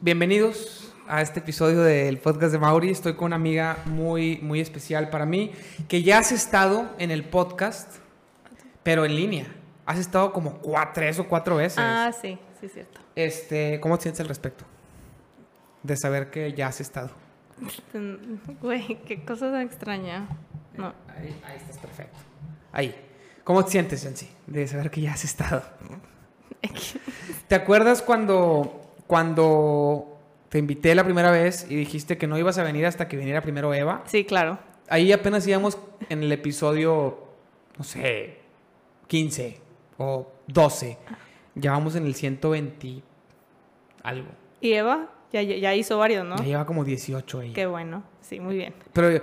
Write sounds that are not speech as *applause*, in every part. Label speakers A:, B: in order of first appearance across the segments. A: Bienvenidos a este episodio del podcast de Mauri. Estoy con una amiga muy, muy especial para mí, que ya has estado en el podcast, pero en línea. Has estado como cuatro, tres o cuatro veces.
B: Ah, sí, sí, es cierto. *laughs*
A: Este, ¿Cómo te sientes al respecto? De saber que ya has estado.
B: Mm, Güey, qué cosa tan extraña. No, *laughs*
A: Ahí, ahí estás perfecto. Ahí. ¿Cómo te sientes, Yancy? De saber que ya has estado. ¿Te acuerdas cuando, cuando te invité la primera vez y dijiste que no ibas a venir hasta que viniera primero Eva?
B: sí, claro.
A: Ahí apenas íbamos en el episodio, no sé, 15 o 12. Ya vamos en el 120 algo.
B: Y Eva ya, ya- ya hizo varios, ¿no?
A: Ya lleva como 18 ahí.
B: Qué bueno, sí, muy bien.
A: Pero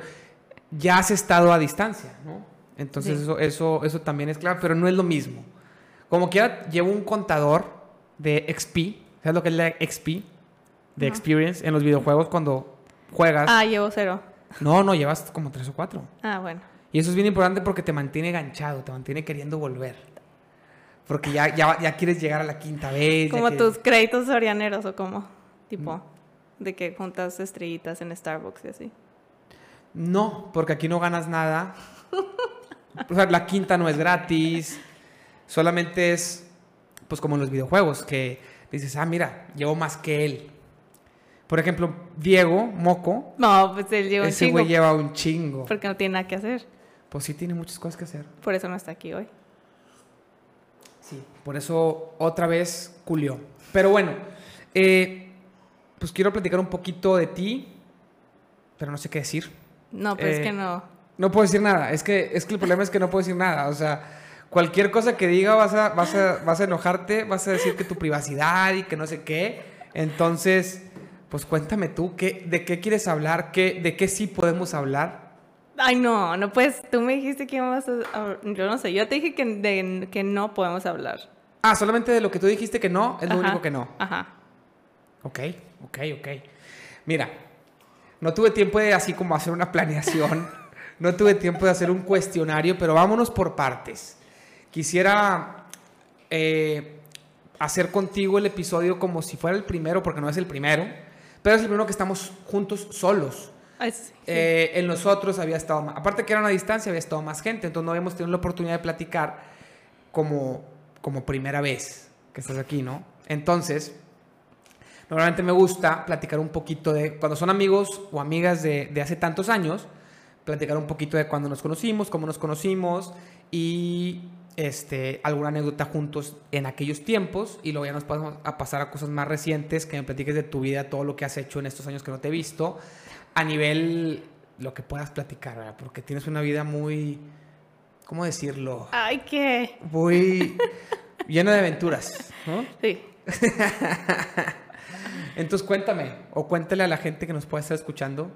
A: ya has estado a distancia, ¿no? Entonces
B: Sí.
A: eso, eso, eso también es claro, pero no es lo mismo. Como quiera, llevo un contador de XP. ¿Sabes lo que es la XP? De
B: No.
A: Experience en los videojuegos cuando juegas.
B: Ah, llevo cero.
A: No, no, llevas como tres o cuatro.
B: Ah, bueno.
A: Y eso es bien importante porque te mantiene ganchado, te mantiene queriendo volver. Porque ya, ya, ya quieres llegar a la quinta vez. ya
B: Como
A: quieres-
B: tus créditos orianeros o como, tipo,
A: Mm.
B: de que juntas estrellitas en Starbucks y así.
A: No, porque aquí no ganas nada. O sea, la quinta no es gratis. Solamente es, pues como en los videojuegos, que dices, ah, mira, llevo más que él. Por ejemplo, Diego Moco,
B: No, pues él lleva un
A: ese
B: chingo
A: güey lleva un chingo.
B: porque no tiene nada que hacer.
A: Pues sí, tiene muchas cosas que hacer.
B: Por eso no está aquí hoy.
A: Sí, por eso otra vez culió. Pero bueno, eh, pues quiero platicar un poquito de ti, pero no sé qué decir.
B: No, pero
A: Eh,
B: es que no.
A: No puedo decir nada. Es que, es que el problema es que no puedo decir nada. O sea, cualquier cosa que diga vas a, vas a, vas a enojarte, vas a decir que tu privacidad y que no sé qué. Entonces, pues cuéntame tú, ¿qué, ¿de qué quieres hablar? ¿Qué, ¿De qué sí podemos hablar?
B: Ay, no, no puedes. Tú me dijiste que íbamos a. a- Yo no sé, yo te dije que, de- que no podemos hablar.
A: Ah, solamente de lo que tú dijiste que no, es lo
B: Ajá,
A: único que no.
B: Ajá.
A: Ok, ok, ok. Mira, no tuve tiempo de así como hacer una *laughs* planeación, no tuve tiempo de hacer un cuestionario, pero vámonos por partes. Quisiera eh, hacer contigo el episodio como si fuera el primero, porque no es el primero, pero es el primero que estamos juntos solos.
B: Ay, sí, sí.
A: Eh, en nosotros había estado más, aparte que era una distancia, había estado más gente, entonces no habíamos tenido la oportunidad de platicar como, como primera vez que estás aquí, ¿no? Entonces, normalmente me gusta platicar un poquito de, cuando son amigos o amigas de, de hace tantos años, platicar un poquito de cuando nos conocimos, cómo nos conocimos y este, alguna anécdota juntos en aquellos tiempos y luego ya nos pasamos a pasar a cosas más recientes, que me platiques de tu vida, todo lo que has hecho en estos años que no te he visto, a nivel lo que puedas platicar, ¿verdad? Porque tienes una vida muy, ¿cómo decirlo?
B: Ay, qué. *laughs*
A: Muy llena de aventuras, ¿no?
B: Sí.
A: Entonces cuéntame, o cuéntale a la gente que nos pueda estar escuchando.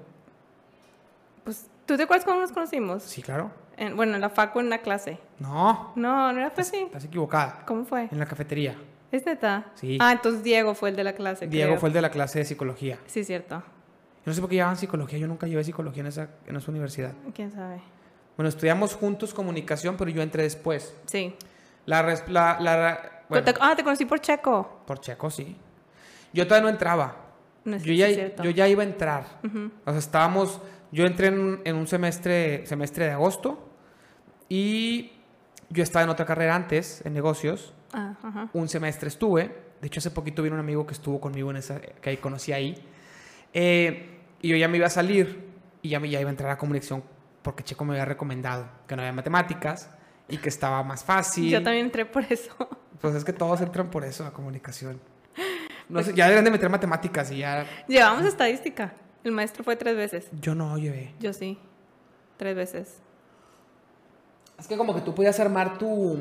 B: Pues, ¿tú te acuerdas cuando nos conocimos?
A: Sí, claro.
B: En- bueno, en la facu, en una clase.
A: No,
B: No, no era pues sí.
A: estás equivocada.
B: ¿Cómo fue?
A: En la cafetería.
B: ¿Es neta?
A: Sí.
B: Ah, entonces Diego fue el de la clase.
A: Diego
B: creo.
A: fue el de la clase de psicología.
B: Sí, cierto.
A: Yo no sé por qué llevaban psicología, yo nunca llevé psicología en esa, en esa universidad.
B: ¿Quién sabe?
A: Bueno, estudiamos juntos comunicación, pero yo entré después.
B: Sí.
A: La, res- la, la- bueno,
B: Te- ah, te conocí por Checo.
A: por Checo, sí. Yo todavía no entraba.
B: No es
A: yo, ya,
B: sí, cierto.
A: yo ya iba a entrar.
B: Ujú.
A: O sea, estábamos. Yo entré en, un- en un semestre, semestre de agosto y yo estaba en otra carrera antes, en negocios.
B: Ah, ajá.
A: Un semestre estuve. De hecho, hace poquito vino un amigo que estuvo conmigo en esa, que ahí conocí ahí. Eh, y yo ya me iba a salir y ya, me, ya iba a entrar a comunicación porque Checo me había recomendado que no había matemáticas y que estaba más fácil.
B: Yo también entré por eso. *laughs*
A: Pues es que todos entran por eso a comunicación. No sé, ya deberían de meter matemáticas y ya.
B: Llevamos estadística. El maestro fue tres veces.
A: Yo no llevé.
B: Yo sí. Tres veces.
A: Es que como que tú podías armar tu...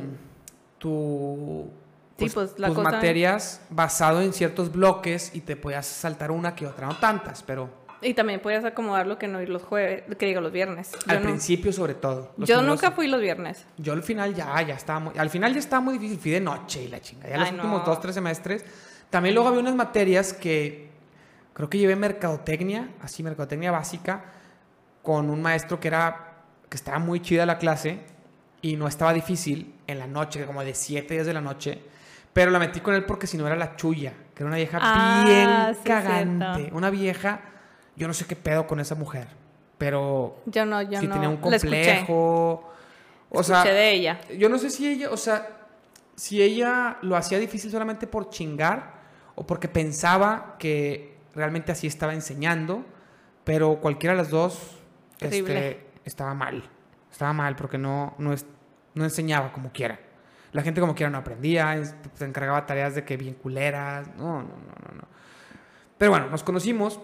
A: tu
B: Sí, pues, la
A: tus
B: cosa-
A: materias basado en ciertos bloques y te podías saltar una que otra, no tantas, pero
B: Y también podías acomodar lo que no ir los jueves, que digo los viernes. Yo,
A: al
B: no-
A: principio sobre todo. Los
B: yo
A: primeros-
B: nunca fui los viernes.
A: Yo al final ya, ya estaba muy... Al final ya estaba muy difícil, fui de noche y la chinga. Ya los
B: Ay,
A: últimos
B: no.
A: dos, tres semestres. También luego había unas materias que... Creo que llevé mercadotecnia, así, mercadotecnia básica, con un maestro que era... Que estaba muy chida la clase y no estaba difícil en la noche, como de 7, 10 de la noche. Pero la metí con él porque si no era la chulla, que Que era una vieja
B: Ah,
A: bien
B: sí,
A: cagante.
B: cierto.
A: Una vieja, yo no sé qué pedo con esa mujer, pero
B: Yo no, yo
A: sí
B: no.
A: tenía un
B: La escuché.
A: complejo. O
B: escuché
A: sea,
B: de ella.
A: yo no sé si ella, o sea, si ella lo hacía difícil solamente por chingar o porque pensaba que realmente así estaba enseñando, pero cualquiera de las dos
B: Terrible.
A: este, estaba mal. Estaba mal porque no, no, es- no enseñaba como quiera. La gente como quiera no aprendía, es- se encargaba de tareas de que bien culeras. No, no, no, no, no. Pero bueno, nos conocimos.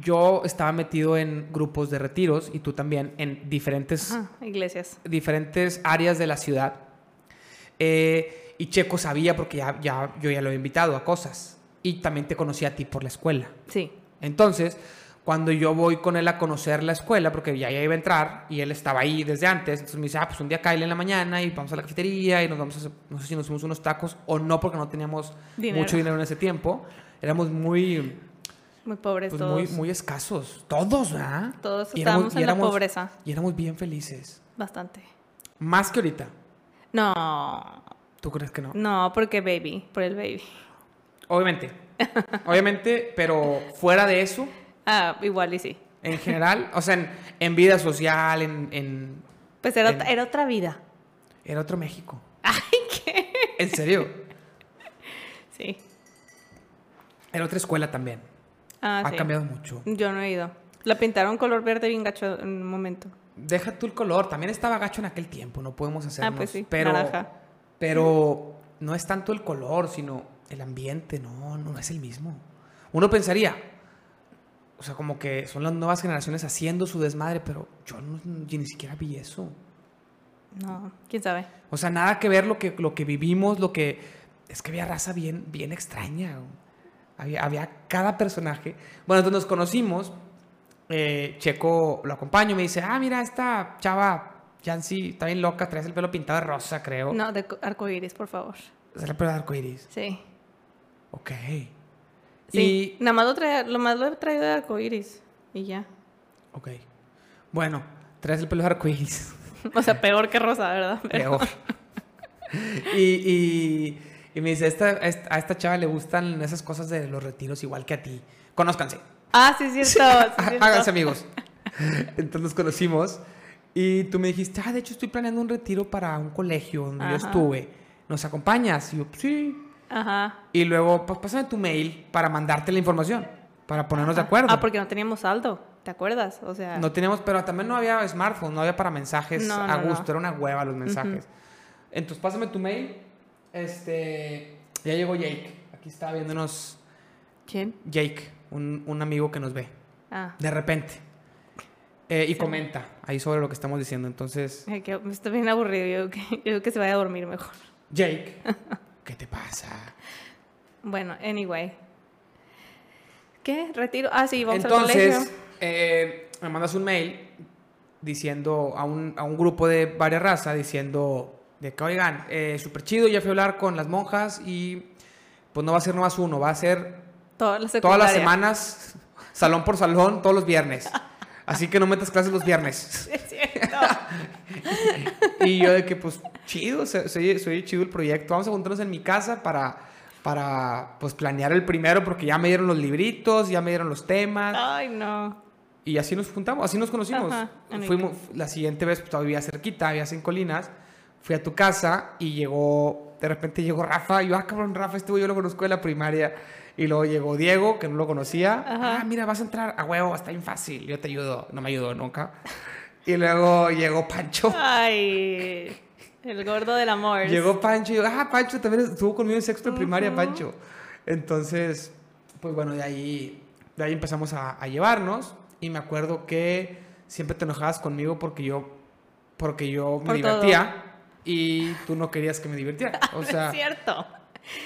A: Yo estaba metido en grupos de retiros y tú también en diferentes
B: Ajá, iglesias.
A: diferentes áreas de la ciudad. Eh, y Checo sabía porque ya, ya- yo ya lo había invitado a cosas. Y también te conocí a ti por la escuela.
B: Sí.
A: Entonces, cuando yo voy con él a conocer la escuela, porque ya, ya iba a entrar y él estaba ahí desde antes, entonces me dice, ah, pues un día Kyle en la mañana y vamos a la cafetería y nos vamos a, hacer- no sé si nos hicimos unos tacos o no, porque no teníamos
B: Dinero.
A: mucho dinero en ese tiempo. Éramos muy,
B: Muy pobres
A: pues,
B: todos.
A: muy, muy escasos. Todos, ¿verdad?
B: Todos
A: Y éramos-
B: estábamos
A: y
B: en la
A: éramos-
B: pobreza.
A: Y éramos bien felices.
B: Bastante.
A: Más que ahorita.
B: No.
A: ¿Tú crees que no?
B: No, porque baby. Por el baby.
A: Mm. Obviamente.
B: *laughs*
A: Obviamente, pero fuera de eso,
B: Ah, igual y sí.
A: en general, o sea, en, en vida social, en, en...
B: Pues era,
A: Bien.
B: era otra vida.
A: Era otro México.
B: Ay, qué.
A: En serio.
B: Sí.
A: Era otra escuela también.
B: Ah,
A: ha
B: sí.
A: cambiado mucho.
B: Yo no he ido. La pintaron color verde bien gacho en un momento.
A: Deja tú el color. También estaba gacho en aquel tiempo. No podemos hacernos.
B: Ah, pues sí,
A: Pero,
B: naranja.
A: pero no es tanto el color, sino el ambiente. No, no es el mismo. Uno pensaría, o sea, como que son las nuevas generaciones haciendo su desmadre, pero yo no- ni siquiera vi eso.
B: No, quién sabe.
A: O sea, nada que ver lo que, lo que vivimos, lo que... Es que había raza bien, bien extraña. güey. Había, había cada personaje. Bueno, entonces nos conocimos. eh, Checo lo acompaño, me dice, ah, mira, esta chava, Yancy, está bien loca, traes el pelo pintado de rosa, creo.
B: No, de co- arcoíris, por favor.
A: O sea, el pelo de arcoiris.
B: Sí.
A: Ok.
B: Sí.
A: Y...
B: Nada más lo, traía- lo más lo he traído de arcoíris. Y ya.
A: Ok. Bueno, traes el pelo de arcoiris. *laughs*
B: O sea, peor que rosa, ¿verdad?
A: Peor. *laughs* y, y, y me dice, "Esta- esta- a esta chava le gustan esas cosas de los retiros igual que a ti. Conózcanse.
B: *laughs* Ah, sí, es cierto. sí, es cierto.
A: Háganse
B: *laughs*
A: amigos. Entonces nos conocimos y tú me dijiste, ah, de hecho estoy planeando un retiro para un colegio donde yo
B: Ajá.
A: estuve. ¿Nos acompañas? Y yo, sí.
B: Ajá.
A: Y luego, pues pásame tu mail para mandarte la información, para ponernos de acuerdo.
B: Ah, porque no teníamos saldo. ¿Te acuerdas? O sea,
A: No teníamos, pero también no había smartphone, no había para mensajes
B: No,
A: a
B: no,
A: gusto,
B: no.
A: era una hueva los mensajes. Entonces, pásame tu mail. Este, ya llegó Jake. Aquí está viéndonos
B: ¿quién?
A: Jake, un- un amigo que nos ve.
B: Ah,
A: De repente. Eh, y comenta ahí sobre lo que estamos diciendo. Entonces,
B: ay, que está bien aburrido. Yo, que- yo creo que se vaya a dormir mejor.
A: Jake, ¿qué te pasa?
B: Bueno, anyway. ¿Qué? ¿Retiro? Ah, sí, vamos al
A: Entonces,
B: colegio.
A: eh, me mandas un mail diciendo a un, a un grupo de varias razas diciendo de que, oigan, eh, súper chido, ya fui a hablar con las monjas y pues no va a ser nomás uno, va a ser
B: Todas las
A: todas las semanas, salón por salón, todos los viernes. Así que no metas clases los viernes.
B: *laughs* Es cierto.
A: Y yo de que, pues, chido, se, se oye- se oye chido el proyecto. Vamos a juntarnos en mi casa para, para, pues, planear el primero, porque ya me dieron los libritos, ya me dieron los temas.
B: Ay, no.
A: Y así nos juntamos, así nos conocimos.
B: Ajá, en mi
A: Fuimos, la siguiente vez, pues, todavía cerquita, había en colinas. Fui a tu casa y llegó, de repente llegó Rafa. Y yo, ah, cabrón, Rafa, este güey yo lo conozco de la primaria. Y luego llegó Diego, que no lo conocía.
B: Ajá.
A: Ah, mira, vas a entrar a huevo, está bien fácil. Yo te ayudo. No me ayudó nunca. Y luego llegó Pancho.
B: Ay, el gordo del amor. *laughs*
A: Llegó Pancho y yo, ah, Pancho también estuvo conmigo en sexto de primaria,
B: Ujú.
A: Pancho. Entonces, pues bueno, de ahí, de ahí empezamos a, a llevarnos. Y me acuerdo que siempre te enojabas conmigo porque yo, porque yo me
B: Por
A: divertía y tú no querías que me
B: *laughs*
A: divirtiera. O sea,
B: es cierto.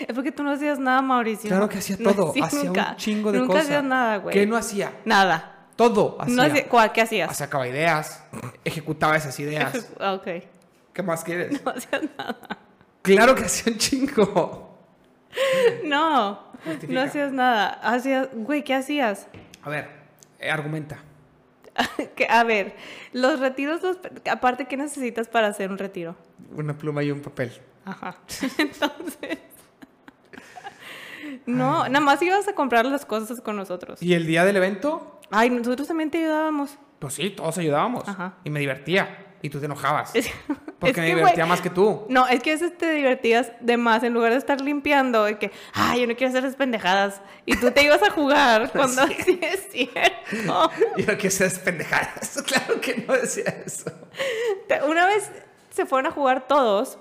B: Es porque tú no hacías nada, Mauricio.
A: claro que hacía
B: No
A: todo,
B: hacías
A: hacía
B: nunca.
A: un chingo de
B: nunca
A: cosas.
B: hacías nada, güey.
A: ¿Qué no hacía?
B: Nada.
A: Todo
B: No
A: hacía.
B: hacía- ¿cuál- ¿Qué *laughs* hacías?
A: Sacaba ideas, ejecutaba esas
B: *laughs*
A: ideas.
B: Ah, ok.
A: ¿Qué más quieres?
B: No hacías nada.
A: Claro que hacía un chingo.
B: No.
A: Justifica.
B: No hacías nada. Hacías, güey, ¿qué hacías?
A: A ver, eh, argumenta.
B: Que- a ver, los retiros, los- aparte, ¿qué necesitas para hacer un retiro? *laughs*
A: Una pluma y un papel.
B: Ajá. Entonces, No, nada más ibas a comprar las cosas con nosotros.
A: Y el día del evento,
B: Ay, nosotros también te ayudábamos. *laughs*
A: pues sí, todos ayudábamos.
B: Ajá.
A: Y me divertía. Y tú te enojabas.
B: Es-
A: Porque
B: es
A: me
B: que, güey,
A: divertía más que tú.
B: No, es que a veces te divertías de más en lugar de estar limpiando y que, ay, yo no quiero hacer esas pendejadas. Y tú te ibas
A: *laughs*
B: a jugar cuando *laughs* así es cierto.
A: *laughs* Yo que seas *laughs* pendejadas. Claro que no decía eso.
B: Te- Una vez se fueron a jugar todos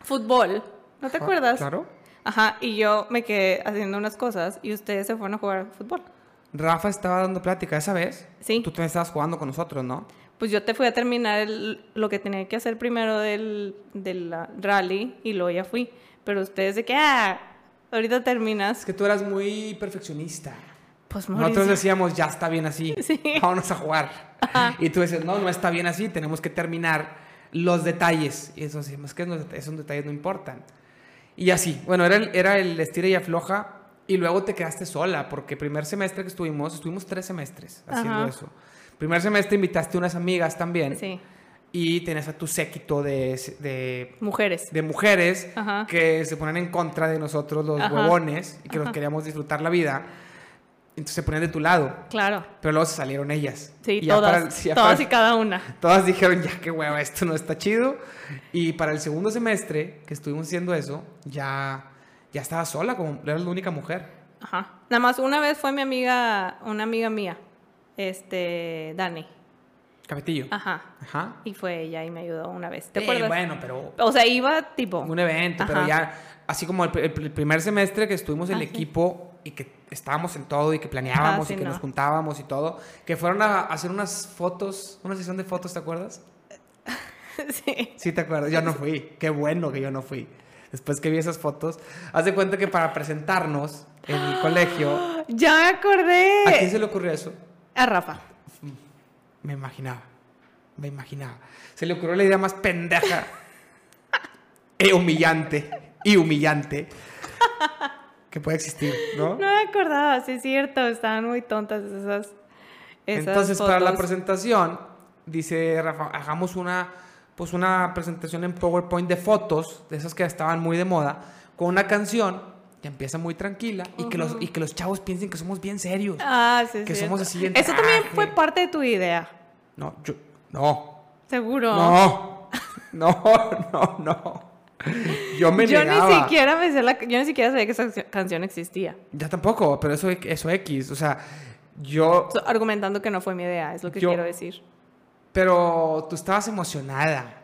B: fútbol. ¿No te
A: Ah,
B: acuerdas?
A: Claro.
B: Ajá, y yo me quedé haciendo unas cosas y ustedes se fueron a jugar fútbol.
A: Rafa estaba dando plática esa vez.
B: Sí.
A: Tú también estabas jugando con nosotros, ¿no?
B: Pues yo te fui a terminar el- lo que tenía que hacer primero del, del ah, rally y luego ya fui. Pero ustedes de que, ah, ahorita
A: Es
B: terminas.
A: que tú eras muy perfeccionista.
B: Pues
A: Nosotros
B: Mauricio.
A: decíamos, ya está bien así.
B: Sí.
A: Vámonos a jugar. Y tú dices, no, no está bien así. Tenemos que terminar los detalles. Y eso decimos, que los det- esos detalles no importan. Y así. Bueno, era el, era el estira y afloja. Y luego te quedaste sola, porque primer semestre que estuvimos, estuvimos tres semestres haciendo
B: Ajá.
A: eso. Primer semestre invitaste unas amigas también.
B: Sí,
A: Y tenés a tu séquito de, de
B: mujeres.
A: de mujeres
B: Ajá.
A: que se ponen en contra de nosotros los
B: Ajá.
A: huevones y que nos
B: Ajá.
A: queríamos disfrutar la vida. Entonces se ponían de tu lado,
B: Claro.
A: pero luego se salieron ellas. Y
B: Sí,
A: ya
B: todas.
A: para el- ya
B: todas
A: para-
B: y cada una.
A: todas dijeron, ya qué hueva, esto no está chido. Y para el segundo semestre que estuvimos haciendo eso, ya, ya estaba sola, como era la única mujer.
B: Ajá. Nada más una vez fue mi amiga, una amiga mía, este, Dani.
A: Capetillo.
B: Ajá.
A: Ajá.
B: Y fue ella y me ayudó una vez. Ah. ¿Te
A: Sí,
B: acuerdas?
A: bueno, pero
B: O sea, iba tipo.
A: un evento, pero
B: Ajá.
A: ya, así como el, el- el primer semestre que estuvimos el
B: Ah, sí.
A: equipo y que estábamos en todo y que planeábamos
B: Ah, sí,
A: y que
B: no.
A: nos juntábamos y todo, que fueron a hacer unas fotos, una sesión de fotos, ¿te acuerdas?
B: *laughs* sí.
A: Sí, te acuerdas, yo no fui, qué bueno que yo no fui. Después que vi esas fotos, haz de cuenta que para presentarnos en el colegio,
B: Ya me acordé.
A: ¿a quién se le ocurrió eso?
B: A Rafa.
A: Me imaginaba. Me imaginaba. Se le ocurrió la idea más
B: *laughs*
A: pendeja. e humillante. Y humillante. Que puede existir, ¿no?
B: No me acordaba, sí es cierto, estaban muy tontas esas. esas
A: Entonces, para la
B: fotos.
A: presentación, dice Rafa, hagamos una, pues una presentación en PowerPoint de fotos, de esas que estaban muy de moda, con una canción que empieza muy tranquila y, que, los, y que los chavos piensen que somos bien serios.
B: Ah, sí, es
A: que
B: cierto.
A: somos Ah, así en
B: Eso también
A: traje.
B: fue parte de tu idea,
A: No, yo, no,
B: seguro.
A: No, *laughs* no, no, no. Yo me
B: yo
A: negaba.
B: ni siquiera me sé la, yo ni siquiera sabía que esa cancio- canción existía.
A: Ya tampoco, pero eso, eso X. O sea, yo.
B: So, argumentando que no fue mi idea, es lo que
A: Yo-
B: quiero decir.
A: Pero tú estabas emocionada.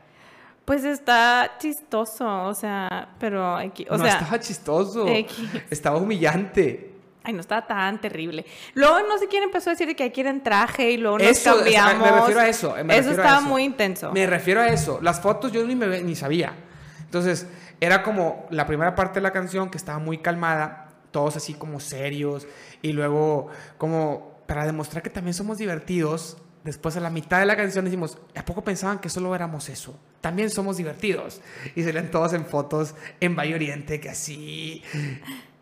B: Pues está chistoso, o sea, pero aquí- o
A: no
B: sea,
A: estaba chistoso.
B: X.
A: Estaba humillante.
B: ay, no estaba tan terrible. Luego no sé quién empezó a decir que aquí era en traje y luego
A: Eso,
B: nos
A: o sea,
B: cambiamos.
A: me refiero a eso, me refiero a
B: estaba
A: eso.
B: muy intenso.
A: Me refiero a eso. Las fotos yo ni, me- ni sabía. Entonces, era como la primera parte de la canción que estaba muy calmada, todos así como serios, y luego como para demostrar que también somos divertidos, después a la mitad de la canción decimos, ¿a poco pensaban que solo éramos eso? También somos divertidos. Y se ven todos en fotos en Valle Oriente, que así,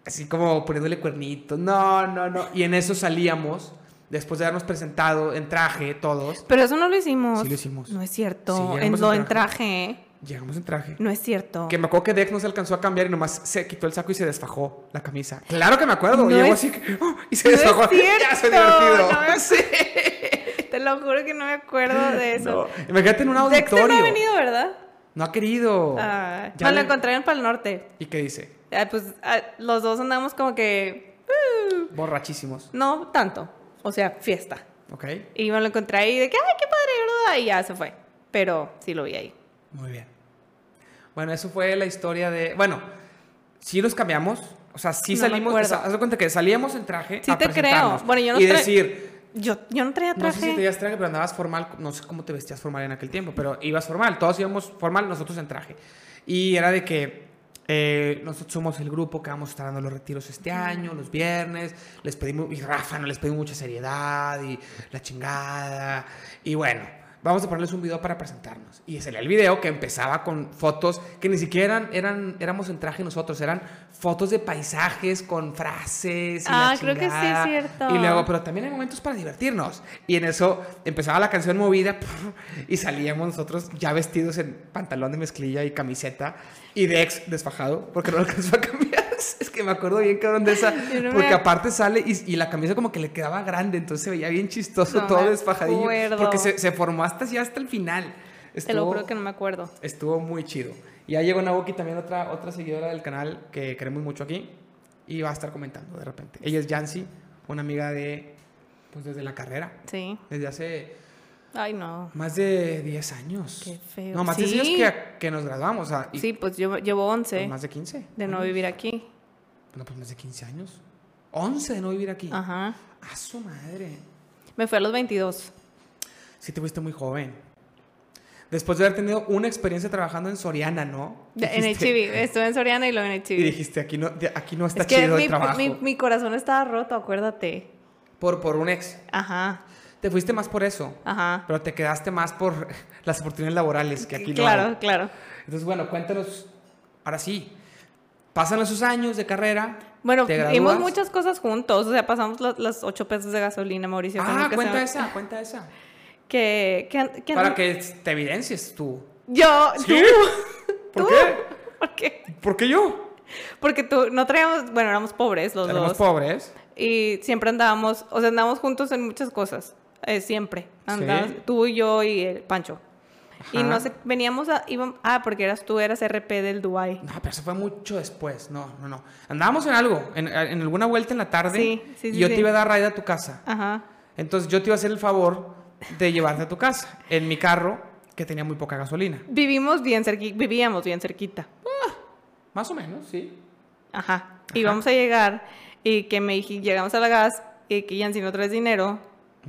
A: así como poniéndole cuernitos. No, no, no. Y en eso salíamos, después de habernos presentado en traje todos.
B: Pero eso no lo hicimos.
A: Sí lo hicimos.
B: No es
A: Sí,
B: cierto. en
A: llegamos
B: lo
A: en
B: en traje.
A: Llegamos en traje.
B: No es cierto.
A: Que me acuerdo que Dex no se alcanzó a cambiar y nomás se quitó el saco y se desfajó la camisa. Claro que me acuerdo.
B: No
A: Llegó
B: es-
A: así que, *laughs* ¡oh! y se
B: *laughs* no es
A: desfajó. *laughs* ya soy
B: cierto,
A: divertido.
B: no
A: *laughs*
B: me
A: Sí.
B: Te lo juro que no me acuerdo de eso.
A: No, Imagínate en un
B: Dexter no ha
A: auditorio.
B: venido, ¿verdad?
A: No ha querido.
B: Ah,
A: Ya
B: no, lo
A: le-
B: encontré en Pal Norte.
A: ¿Y qué dice?
B: Ah, pues ah, los dos andamos como que.
A: Borrachísimos.
B: No tanto. O sea, fiesta.
A: ¿Ok?
B: Y me lo encontré ahí de que, ay, qué padre, ¿verdad? Y ya se fue. Pero sí lo vi ahí.
A: Muy bien. Bueno, eso fue la historia de. Bueno, sí nos cambiamos. O sea, sí
B: No me
A: salimos.
B: acuerdo.
A: o sea, haz de cuenta que salíamos en traje.
B: Sí
A: a
B: te creo.
A: presentarnos
B: Bueno, yo no
A: Y
B: tra-
A: decir,
B: Yo, yo no traía
A: No sé
B: traje.
A: si te tenías traje, pero andabas formal. No sé cómo te vestías formal en aquel tiempo, pero ibas formal. Todos íbamos formal, nosotros en traje. Y era de que eh, nosotros somos el grupo que vamos a estar dando los retiros este año, los viernes. Les pedimos, y Rafa, no les pedimos mucha seriedad y la chingada. Y bueno, vamos a ponerles un video para presentarnos. Y salía el video que empezaba con fotos que ni siquiera eran, eran éramos en traje nosotros, eran fotos de paisajes con frases. y la
B: Ah, creo que sí es
A: chingada.
B: cierto.
A: Y luego, pero también hay momentos para divertirnos. Y en eso empezaba la canción movida *laughs* prr, y salíamos nosotros ya vestidos en pantalón de mezclilla y camiseta y Dex desfajado porque no lo *laughs* alcanzó a cambiar. es que me acuerdo bien, cabrón, de esa.
B: Yo no me
A: porque
B: ac-
A: aparte sale y, y la camisa como que le quedaba grande, entonces se veía bien chistoso,
B: No
A: todo
B: me
A: desfajadillo.
B: acuerdo.
A: Porque se, se formó hasta ya hasta el final.
B: Te lo
A: Estuvo-
B: juro que no me acuerdo.
A: Estuvo muy chido. Ya llegó Naoki también, otra, otra seguidora del canal que queremos mucho aquí. Y va a estar comentando de repente. Ella es Yancy, una amiga de. Pues desde la carrera.
B: Sí.
A: Desde hace
B: Ay, no.
A: más de 10 años.
B: Qué feo.
A: No, más de
B: Sí.
A: 10 años que, que nos graduamos. o sea, y
B: Sí, pues yo llevo 11
A: Más de 15.
B: de no
A: años.
B: vivir aquí.
A: No, pues más de 15 años. 11 de no vivir aquí.
B: Ajá.
A: A su madre.
B: Me fui a los 22.
A: Sí, te fuiste muy joven. Después de haber tenido una experiencia trabajando en Soriana, ¿no?
B: De- en
A: Dijiste-
B: HB. Estuve en Soriana y luego en
A: Y
B: HB.
A: dijiste, aquí no, de- aquí no está
B: Es que
A: chido
B: mi,
A: el trabajo.
B: mi- mi corazón estaba roto, acuérdate.
A: Por, por un ex.
B: Ajá.
A: Te fuiste más por eso.
B: Ajá.
A: Pero te quedaste más por *laughs* las oportunidades laborales que aquí no
B: claro,
A: hay.
B: claro.
A: Entonces, bueno, cuéntanos. Ahora sí. Pasan esos años de carrera.
B: Bueno,
A: te
B: vimos
A: gradúas.
B: muchas cosas juntos. O sea, pasamos las, las 8 pesos de gasolina, Mauricio. con
A: Ah,
B: el que
A: cuenta
B: se-
A: esa, cuenta esa.
B: Que, que, que-
A: Para que te evidencies tú.
B: Yo,
A: ¿Sí?
B: tú. *laughs*
A: ¿Por
B: tú.
A: qué?
B: ¿Por qué?
A: ¿Por qué yo?
B: Porque tú, no traíamos, bueno, éramos pobres los
A: Éramos
B: dos.
A: pobres.
B: y siempre andábamos, o sea, andábamos juntos en muchas cosas, eh, siempre. Andábamos,
A: Sí.
B: Tú, yo y el Pancho. Y
A: Ajá.
B: no sé, veníamos a, íbam- ah, porque eras tú, eras RP del Dubai.
A: No, pero eso fue mucho después. No, no, no. Andábamos en algo, en, en alguna vuelta en la tarde.
B: Sí, sí,
A: y
B: sí,
A: yo
B: sí.
A: te iba a dar raid a tu casa.
B: Ajá.
A: Entonces yo te iba a hacer el favor de llevarte a tu casa en mi carro que tenía muy poca gasolina.
B: Vivimos bien cerquita, vivíamos bien cerquita.
A: Más o menos, sí.
B: Ajá. Y vamos a llegar y que me dije, llegamos a la gas y que Yancy no traes dinero.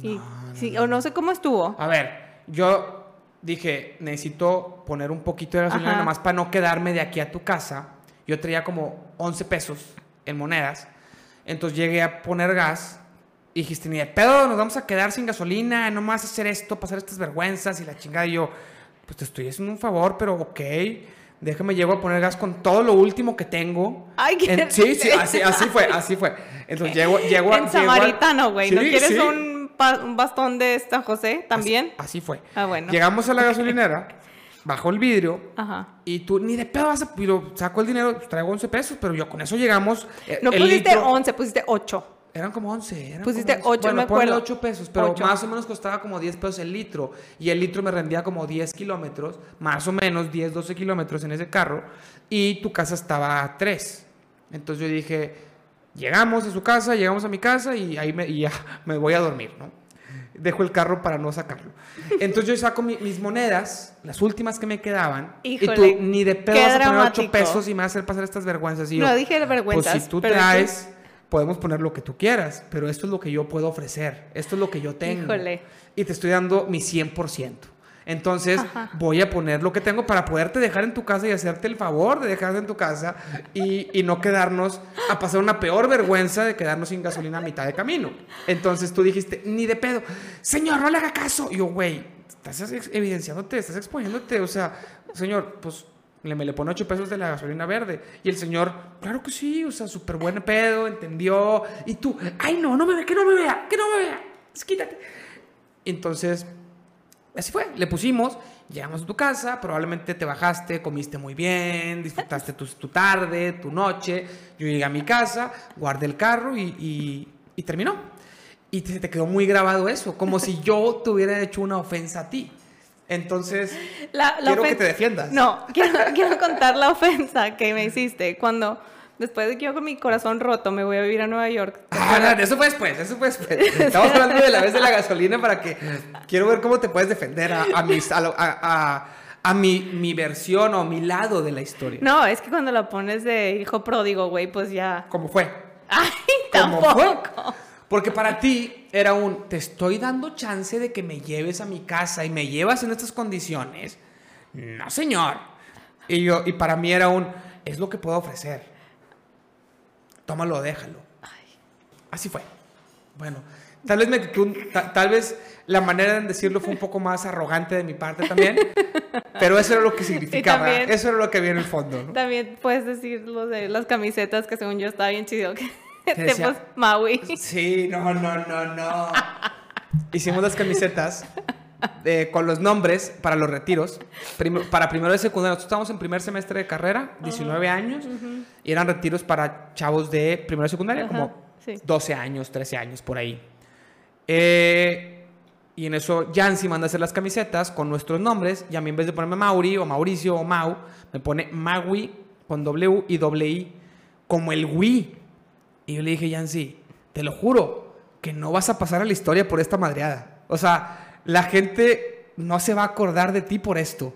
B: Y, sí, o no sé cómo estuvo.
A: A ver, yo dije, necesito poner un poquito de gasolina
B: Ajá.
A: nomás para no quedarme de aquí a tu casa. Yo traía como 11 pesos en monedas. Entonces llegué a poner gas. Y dijiste, ni de pedo, nos vamos a quedar sin gasolina, no me vas a hacer esto, pasar estas vergüenzas y la chingada. Y yo, pues te estoy haciendo un favor, pero ok, déjame llego a poner gas con todo lo último que tengo.
B: Ay, qué
A: En-
B: *laughs*
A: Sí, sí,
B: triste.
A: así, así fue, así fue. Entonces llego, llego a-
B: en
A: llego a-
B: Samaritano, güey. ¿No
A: Sí,
B: quieres
A: sí.
B: un, pa- un bastón de San José también?
A: Así fue.
B: Ah, bueno.
A: Llegamos a la gasolinera, bajó el vidrio
B: Ajá.
A: y tú ni de pedo vas a... Pero saco el dinero, traigo 11 pesos, pero yo con eso llegamos... eh,
B: No
A: el
B: pusiste
A: litro-
B: 11, pusiste 8.
A: Eran como 11. Eran
B: Pusiste
A: como 11.
B: ocho,
A: bueno,
B: me
A: ponle
B: acuerdo.
A: 8 pesos, pero
B: Ocho.
A: más o menos costaba como 10 pesos el litro. Y el litro me rendía como 10 kilómetros, más o menos 10, 12 kilómetros en ese carro. Y tu casa estaba a 3. Entonces yo dije, llegamos a su casa, llegamos a mi casa y ahí me, y ya *laughs* me voy a dormir, ¿no? Dejo el carro para no sacarlo. Entonces yo saco mi- mis monedas, las últimas que me quedaban. y
B: Híjole,
A: tú ni de pedo
B: qué
A: vas a poner 8
B: dramático.
A: pesos y me vas a hacer pasar estas vergüenzas. Y yo,
B: No dije vergüenzas.
A: pues si tú
B: pero dije-
A: traes, podemos poner lo que tú quieras, pero esto es lo que yo puedo ofrecer, esto es lo que yo tengo.
B: Híjole.
A: Y te estoy dando mi 100%. Entonces voy a poner lo que tengo para poderte dejar en tu casa y hacerte el favor de dejarte en tu casa y, y no quedarnos a pasar una peor vergüenza de quedarnos sin gasolina a mitad de camino. Entonces tú dijiste, ni de pedo, señor, no le haga caso. Y yo, güey, estás ex- evidenciándote, estás exponiéndote. O sea, señor, pues le, me le pone 8 pesos de la gasolina verde. Y el señor, claro que sí, o sea, súper buen pedo, entendió. Y tú, ay, no, no me vea, que no me vea, que no me vea, quítate. Entonces, así fue, le pusimos, llegamos a tu casa, probablemente te bajaste, comiste muy bien, disfrutaste tu, tu tarde, tu noche. Yo llegué a mi casa, guardé el carro y, y- y terminó. Y te, te quedó muy grabado eso, como si yo te hubiera hecho una ofensa a ti. Entonces,
B: La- la
A: quiero que
B: ofen-
A: te defiendas.
B: No, quiero, *laughs* quiero contar la ofensa que me hiciste cuando, después de que yo con mi corazón roto me voy a vivir a Nueva York.
A: Ah, no, eso fue después, eso fue después. Estamos hablando de la vez de la gasolina para que quiero ver cómo te puedes defender a, a mis- a, lo- a- a- a mi, mi versión o mi lado de la historia.
B: No, es que cuando la pones de hijo pródigo, güey, pues ya. *laughs*
A: ¿Cómo fue?
B: Ay,
A: ¿Cómo
B: tampoco.
A: fue? Porque para ti era un, te estoy dando chance de que me lleves a mi casa y me llevas en estas condiciones. No, señor. Y yo, y para mí era un, es lo que puedo ofrecer. Tómalo, déjalo. Así fue. Bueno, tal vez, me, que un- ta- tal vez la manera de decirlo fue un poco más arrogante de mi parte también, pero eso era
B: *laughs*
A: lo que significaba,
B: también-
A: eso era lo que había en el fondo. ¿no?
B: También puedes decir lo de las camisetas que según yo estaba bien chido. Que *laughs* te
A: decía?
B: pus- Maui.
A: Sí, no, no, no, no. Hicimos las camisetas eh, con los nombres para los retiros. Prim- para primero de secundaria, nosotros estábamos en primer semestre de carrera, 19 años, y eran retiros para chavos de primero de secundaria,
B: Ajá,
A: como
B: sí.
A: 12 años, 13 años, por ahí. Eh, y en eso Yancy manda a hacer las camisetas con nuestros nombres, y a mí en vez de ponerme Mauri o Mauricio o Mau, me pone Maui con W y doble I, como el Wii. Y yo le dije, Yancy, te lo juro, que no vas a pasar a la historia por esta madreada. O sea, la gente no se va a acordar de ti por esto.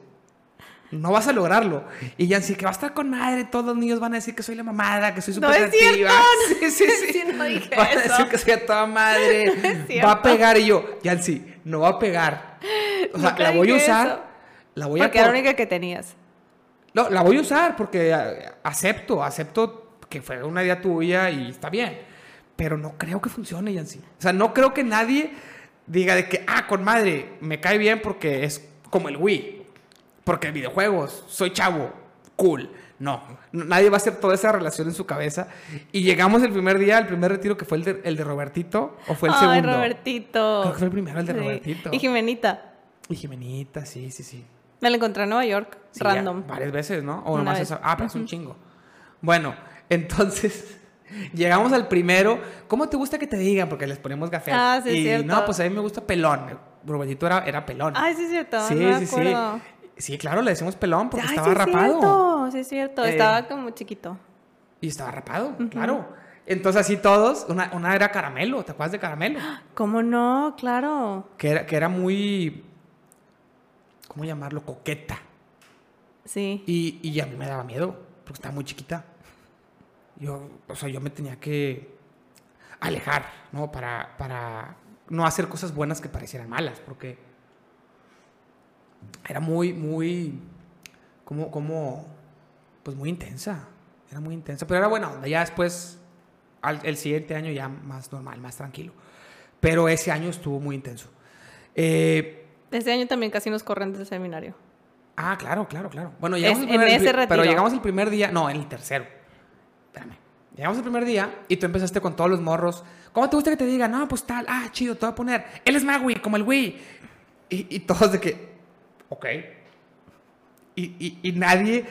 A: No vas a lograrlo. Y Yancy, que va a estar con madre, todos los niños van a decir que soy la mamada, que soy
B: No
A: súper
B: es cierto.
A: *laughs* Sí, sí, sí.
B: *laughs* Sí, no dije
A: Van a
B: eso.
A: decir que soy a toda
B: *laughs*
A: madre.
B: es
A: va a pegar y yo, Yancy, no va a pegar. O sea,
B: Nunca
A: la voy a
B: dije
A: usar.
B: eso.
A: La voy
B: Porque
A: a
B: era la
A: por-
B: única que tenías.
A: no, la voy a usar porque a- acepto, acepto que fue una idea tuya y está bien. Pero no creo que funcione, Yancy. O sea, no creo que nadie diga de que, ah, con madre, me cae bien porque es como el Wii. Porque videojuegos, soy chavo, cool. No, n- nadie va a hacer toda esa relación en su cabeza. Y llegamos el primer día, el primer retiro que fue el de, el de Robertito, o fue el
B: Ay,
A: segundo.
B: Robertito.
A: Creo que fue el primero, el de
B: Sí.
A: Robertito.
B: Y Jimenita.
A: Y Jimenita, sí, sí, sí.
B: Me la encontré en Nueva York,
A: Sí, ya,
B: random.
A: varias veces, ¿no? O
B: Una
A: nomás
B: vez.
A: esa. Ah, pero es un chingo. Bueno, *laughs* entonces *laughs* llegamos al primero. ¿Cómo te gusta que te digan? Porque les ponemos café.
B: Ah, sí,
A: y,
B: cierto.
A: No, pues a mí me gusta pelón. Robertito era, era pelón.
B: Ay, sí es cierto.
A: sí,
B: no me
A: sí, sí.
B: acuerdo.
A: Sí, claro, le decimos pelón porque
B: Ay,
A: estaba
B: sí es
A: rapado.
B: Cierto, sí es cierto.
A: Eh.
B: Estaba como chiquito.
A: Y estaba rapado, claro. Entonces así todos, una, una era caramelo, ¿te acuerdas de
B: *gasps*
A: caramelo?
B: ¿Cómo no? Claro.
A: Que era, que era muy, ¿cómo llamarlo? Coqueta.
B: Sí.
A: Y, y a mí me daba miedo, porque estaba muy chiquita. Yo, o sea, yo me tenía que alejar, ¿no? Para, para no hacer cosas buenas que parecieran malas, porque era muy, muy, como, como, pues muy intensa. Era muy intensa, pero era buena onda. Ya después, al- el siguiente año ya más normal, más tranquilo. Pero ese año estuvo muy intenso. Eh,
B: Ese Este año también casi nos corren del seminario.
A: Ah, claro, claro, claro. Bueno,
B: Es-
A: llegamos al
B: en
A: primer- pri-
B: ese
A: Pero
B: retiro.
A: llegamos el primer día, no, en el tercero. Espérame. Llegamos el primer día y tú empezaste con todos los morros. ¿Cómo te gusta que te digan? No, pues tal, ah, chido, te voy a poner. Él es Magui, como el Wii. Y, y todos de que, ok. Y, y- y nadie,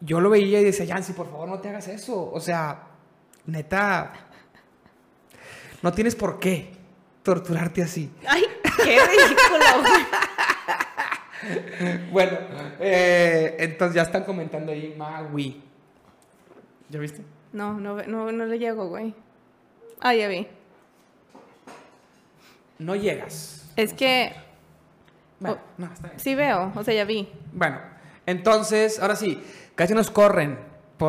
A: yo lo veía y decía, Yancy, por favor, no te hagas eso. O sea, neta, no tienes por qué torturarte así.
B: Ay, *laughs*
A: *laughs*
B: qué ridículo. güey.
A: Bueno, eh, entonces ya están comentando ahí Maui. ¿Ya viste?
B: No, no, ve- no, no le llego, güey. Ah, ya vi.
A: No llegas.
B: Es que
A: Bueno,
B: Oh.
A: no, está bien.
B: sí veo, o sea, ya vi.
A: Bueno, entonces, ahora sí, casi nos corren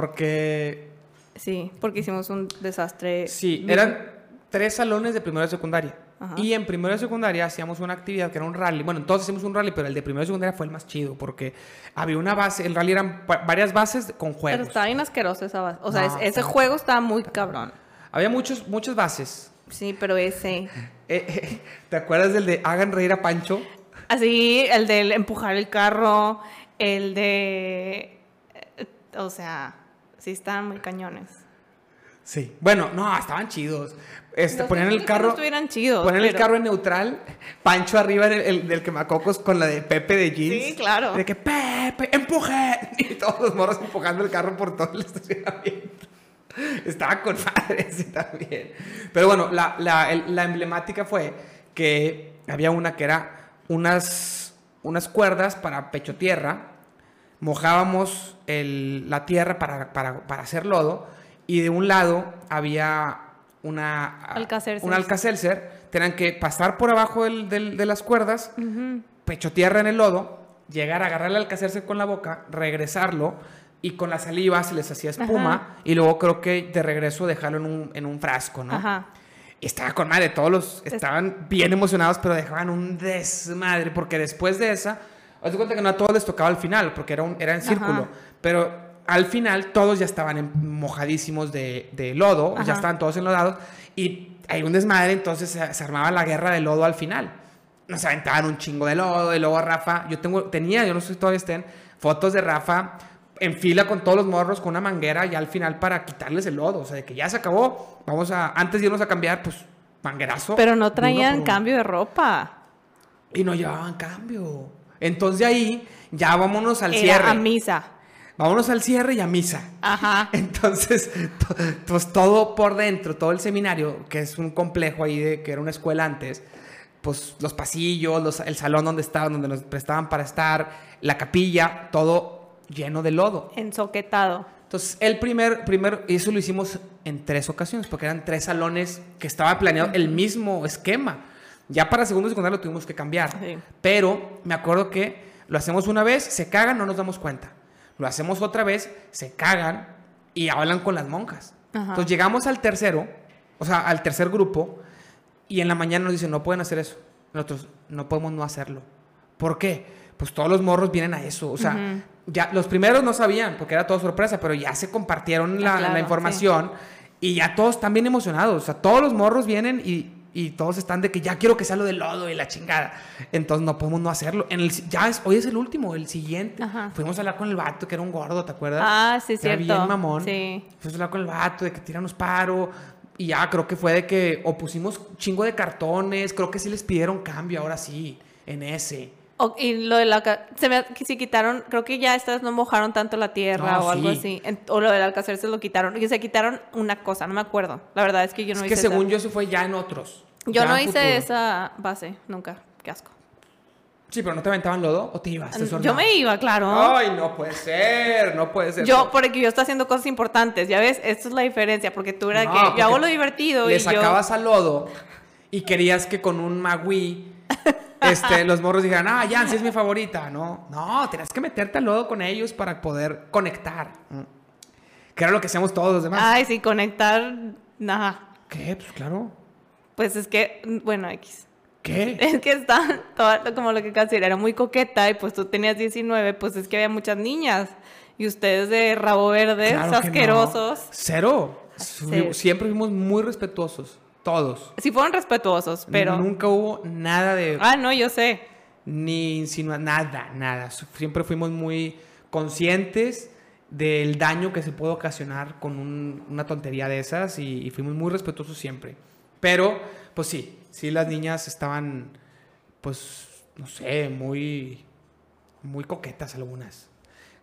A: porque
B: Sí, porque hicimos un desastre.
A: sí,
B: Bien.
A: eran tres salones de primero de secundaria.
B: Ajá.
A: Y en primero de secundaria hacíamos una actividad que era un rally. Bueno, entonces hicimos un rally, pero el de primero de secundaria fue el más chido porque había una base, el rally eran pa- varias bases con
B: Pero
A: juegos.
B: estaba bien asqueroso esa base. O sea,
A: No,
B: es- ese
A: no.
B: juego estaba muy cabrón.
A: Había muchos, muchas bases.
B: Sí, pero ese.
A: Eh, eh, *laughs* ¿Te acuerdas del de hagan reír a Pancho?
B: Así, el del empujar el carro, el de. eh, O sea, sí estaban muy cañones.
A: Sí. Bueno, no, estaban chidos. Este,
B: No
A: ponían
B: sé
A: el
B: si
A: carro.
B: estuvieran chidos,
A: ponían el
B: pero-
A: carro en neutral, Pancho arriba en el, el- del quemacocos con la de Pepe de jeans.
B: Sí, claro.
A: De que Pepe, empuje. *laughs* Y todos los morros empujando el carro por todo el *laughs* estacionamiento. Estaba con madre sí, también. Pero bueno, la, la- el- la emblemática fue que había una que era unas, unas cuerdas para pecho tierra mojábamos el- la tierra para, para- para hacer lodo y de un lado había una
B: Alka-Seltzer.
A: un alcacelser tenían que pasar por abajo del- del- de las cuerdas
B: Ujú.
A: pecho tierra en el lodo llegar a agarrar el alcacelser con la boca regresarlo y con la saliva se les hacía espuma
B: Ajá.
A: y luego creo que de regreso dejarlo en un, en un frasco no
B: Ajá.
A: y estaba con madre, todos los estaban bien emocionados, pero dejaban un desmadre, porque después de esa, haz de cuenta que no a todos les tocaba al final, porque era, un, era en círculo,
B: Ajá.
A: pero al final todos ya estaban en- mojadísimos de, de lodo,
B: Ajá.
A: ya estaban todos enlodados, y hay un desmadre, entonces se, se armaba la guerra de lodo al final. Nos aventaban un chingo de lodo, y luego Rafa, yo tengo, tenía, yo no sé si todavía estén, fotos de Rafa en fila con todos los morros, con una manguera ya al final para quitarles el lodo, o sea, de que ya se acabó, vamos a, antes de irnos a cambiar, pues, manguerazo.
B: Pero no
A: de uno por
B: traían
A: uno.
B: cambio de ropa.
A: Y no llevaban cambio. Entonces ahí ya vámonos al
B: Era
A: cierre.
B: a misa.
A: Vámonos al cierre y a misa.
B: Ajá.
A: *laughs* Entonces, to- pues todo por dentro, todo el seminario, que es un complejo ahí de que era una escuela antes, pues los pasillos, los- el salón donde estaban, donde nos prestaban para estar, la capilla, todo lleno de lodo.
B: Ensoquetado.
A: Entonces, el primer, primer, y eso lo hicimos en tres ocasiones, porque eran tres salones que estaba planeado el mismo esquema. Ya para segundo y secundario lo tuvimos que cambiar.
B: Sí.
A: Pero me acuerdo que lo hacemos una vez, se cagan, no nos damos cuenta. Lo hacemos otra vez, se cagan y hablan con las monjas.
B: Ajá.
A: Entonces llegamos al tercero, o sea, al tercer grupo, y en la mañana nos dicen, no pueden hacer eso. Nosotros no podemos no hacerlo. ¿Por qué? Pues todos los morros vienen a eso. O sea,
B: Ujú.
A: ya los primeros no sabían, porque era todo sorpresa, pero ya se compartieron la,
B: Ah, claro,
A: la información y ya todos están bien emocionados. O sea, todos los morros vienen y, y todos están de que ya quiero que sea lo del lodo y la chingada. Entonces no podemos no hacerlo. En el, si- ya es, hoy es el último, el siguiente.
B: Ajá.
A: Fuimos a hablar con el vato que era un gordo, ¿te acuerdas?
B: Ah, sí,
A: Era
B: cierto.
A: bien mamón.
B: Sí.
A: Fuimos a hablar con el vato de que tiranos paro. Y ya creo que fue de que o pusimos chingo de cartones, creo que sí les pidieron cambio ahora sí, en ese.
B: O- y lo de la. ca- Se me, que si quitaron. Creo que ya estas no mojaron tanto la tierra
A: No,
B: o algo
A: Ah, sí.
B: así. En- o lo del alcacer se lo quitaron. Y se quitaron una cosa, no me acuerdo. La verdad es que yo no
A: es
B: hice
A: que según
B: esa.
A: yo eso fue ya en otros.
B: Yo
A: ya
B: no
A: en
B: hice
A: futuro.
B: esa base nunca. Qué asco.
A: Sí, pero no te aventaban lodo o te ibas. Te
B: Mm, Yo
A: sonaban.
B: me iba, claro.
A: Ay, no puede ser, no puede ser.
B: Yo, porque yo estoy haciendo cosas importantes, ya ves, esta es la diferencia, porque tú era
A: No,
B: que
A: porque
B: yo hago lo divertido
A: le
B: y
A: sacabas al lodo y querías que con un magui
B: *laughs*
A: este, los morros dijeran, ah, Jan, sí es mi favorita, ¿no? No, tenías que meterte al lodo con ellos para poder conectar. Mm. Que era lo que hacíamos todos los
B: yo,
A: demás.
B: ay, sí, conectar, nada,
A: ¿Qué? Pues claro.
B: pues es que, bueno, X. *laughs*
A: ¿Qué?
B: Es que está toda- como lo que casi era muy coqueta y pues tú tenías 19, pues es que había muchas niñas y ustedes de rabo verde,
A: Claro que no.
B: asquerosos.
A: Cero.
B: Cero.
A: Siempre fuimos muy respetuosos, todos.
B: Sí fueron respetuosos, pero...
A: Nunca hubo nada de...
B: Ah, no, yo sé.
A: ni insinua nada, nada. Su- Siempre fuimos muy conscientes del daño que se puede ocasionar con un- una tontería de esas y, y fuimos muy respetuosos siempre. Pero, pues sí, sí las niñas estaban, pues, no sé, muy, muy coquetas algunas.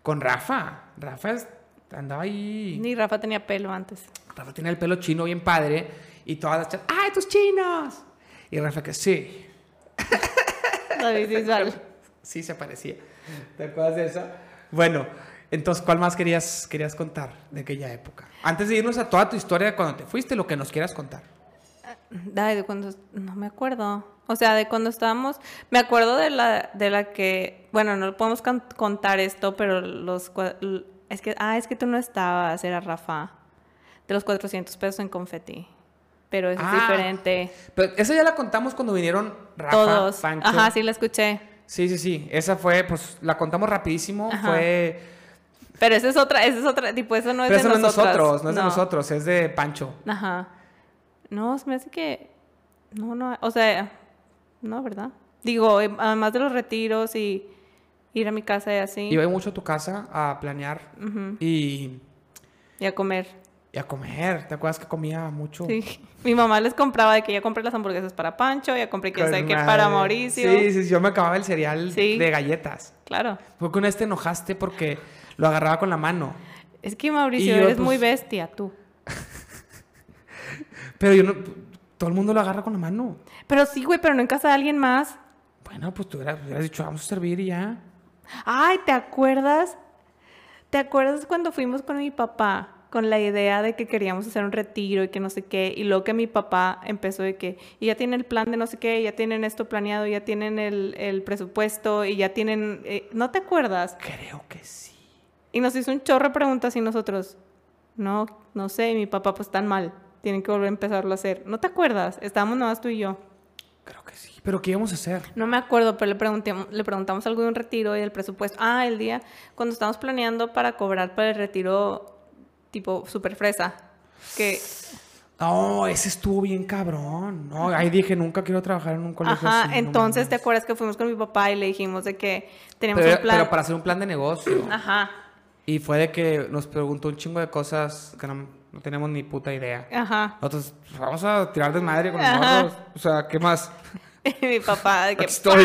A: Con Rafa, Rafa es- andaba ahí...
B: Ni Rafa tenía pelo antes.
A: Rafa tiene el pelo chino bien padre y todas las chavas, ¡ay, tus chinos! Y Rafa que sí,
B: David Bisbal.
A: Sí, se parecía. *laughs* ¿Te acuerdas de esa? Bueno, entonces, ¿cuál más querías, querías contar de aquella época? Antes de irnos a toda tu historia de cuando te fuiste, lo que nos quieras contar.
B: Ay, de cuando. No me acuerdo. O sea, de cuando estábamos. Me acuerdo de la, de la que. Bueno, no podemos can- contar esto, pero los. cua- l- Es que. Ah, es que tú no estabas, era Rafa. De los 400 pesos en confeti. Pero eso
A: Ah,
B: es diferente.
A: Pero esa ya la contamos cuando vinieron Rafa,
B: Todos.
A: Pancho.
B: Ajá, sí la escuché.
A: Sí, sí, sí. Esa fue, pues, la contamos rapidísimo.
B: Ajá.
A: Fue...
B: Pero esa es otra. Esa es otra. Tipo, eso no es
A: Pero
B: de
A: eso no es
B: nosotras.
A: nosotros, no es de nosotros, es de Pancho.
B: Ajá. No, se me hace que. No, no. O sea, no, ¿verdad? Digo, em, además de los retiros y ir a mi casa y así.
A: Iba mucho a tu casa a planear
B: Ujú,
A: y,
B: Y a comer.
A: y a comer. ¿Te acuerdas que comía mucho?
B: Sí. *laughs* Mi mamá les compraba de que ya compré las hamburguesas para Pancho, ya compré que
A: Con
B: sé que
A: madre.
B: para Mauricio.
A: Sí, sí, sí, yo me acababa el cereal
B: Sí.
A: de galletas.
B: Claro.
A: Fue que una vez te enojaste porque lo agarraba con la mano.
B: Es que Mauricio,
A: Y yo,
B: eres
A: pues-
B: muy bestia, tú.
A: Pero yo no. Todo el mundo lo agarra con la mano.
B: Pero sí, güey, pero no en casa de alguien más.
A: Bueno, pues tú hubieras, hubieras dicho, vamos a servir y ya.
B: Ay, ¿te acuerdas? ¿Te acuerdas cuando fuimos con mi papá con la idea de que queríamos hacer un retiro y que no sé qué? Y luego que mi papá empezó de que, y ya tienen el plan de no sé qué, y ya tienen esto planeado, y ya tienen el, el presupuesto, y ya tienen... eh, ¿No te acuerdas?
A: Creo que sí.
B: Y nos hizo un chorro de preguntas y nosotros, no, no sé, y mi papá pues tan mal, tienen que volver a empezarlo a hacer. ¿No te acuerdas? Estábamos nomás tú y yo.
A: Creo que sí. Pero ¿qué íbamos a hacer?
B: No me acuerdo, pero le, pregunté, le preguntamos algo de un retiro y del presupuesto. Ah, el día cuando estábamos planeando para cobrar para el retiro tipo super fresa. Que,
A: No, ese estuvo bien cabrón. No, ahí dije, nunca quiero trabajar en un colegio
B: ajá,
A: así, no
B: entonces te
A: mames.
B: acuerdas que fuimos con mi papá y le dijimos de que teníamos
A: Pero,
B: un plan.
A: pero para hacer un plan de negocio.
B: Ajá,
A: Y fue de que nos preguntó un chingo de cosas que no, no tenemos ni puta idea.
B: ajá. *laughs*
A: Nosotros, vamos a tirar de madre con los
B: Ajá.
A: morros. O sea, ¿qué más?
B: mi papá de que
A: Aquí estoy.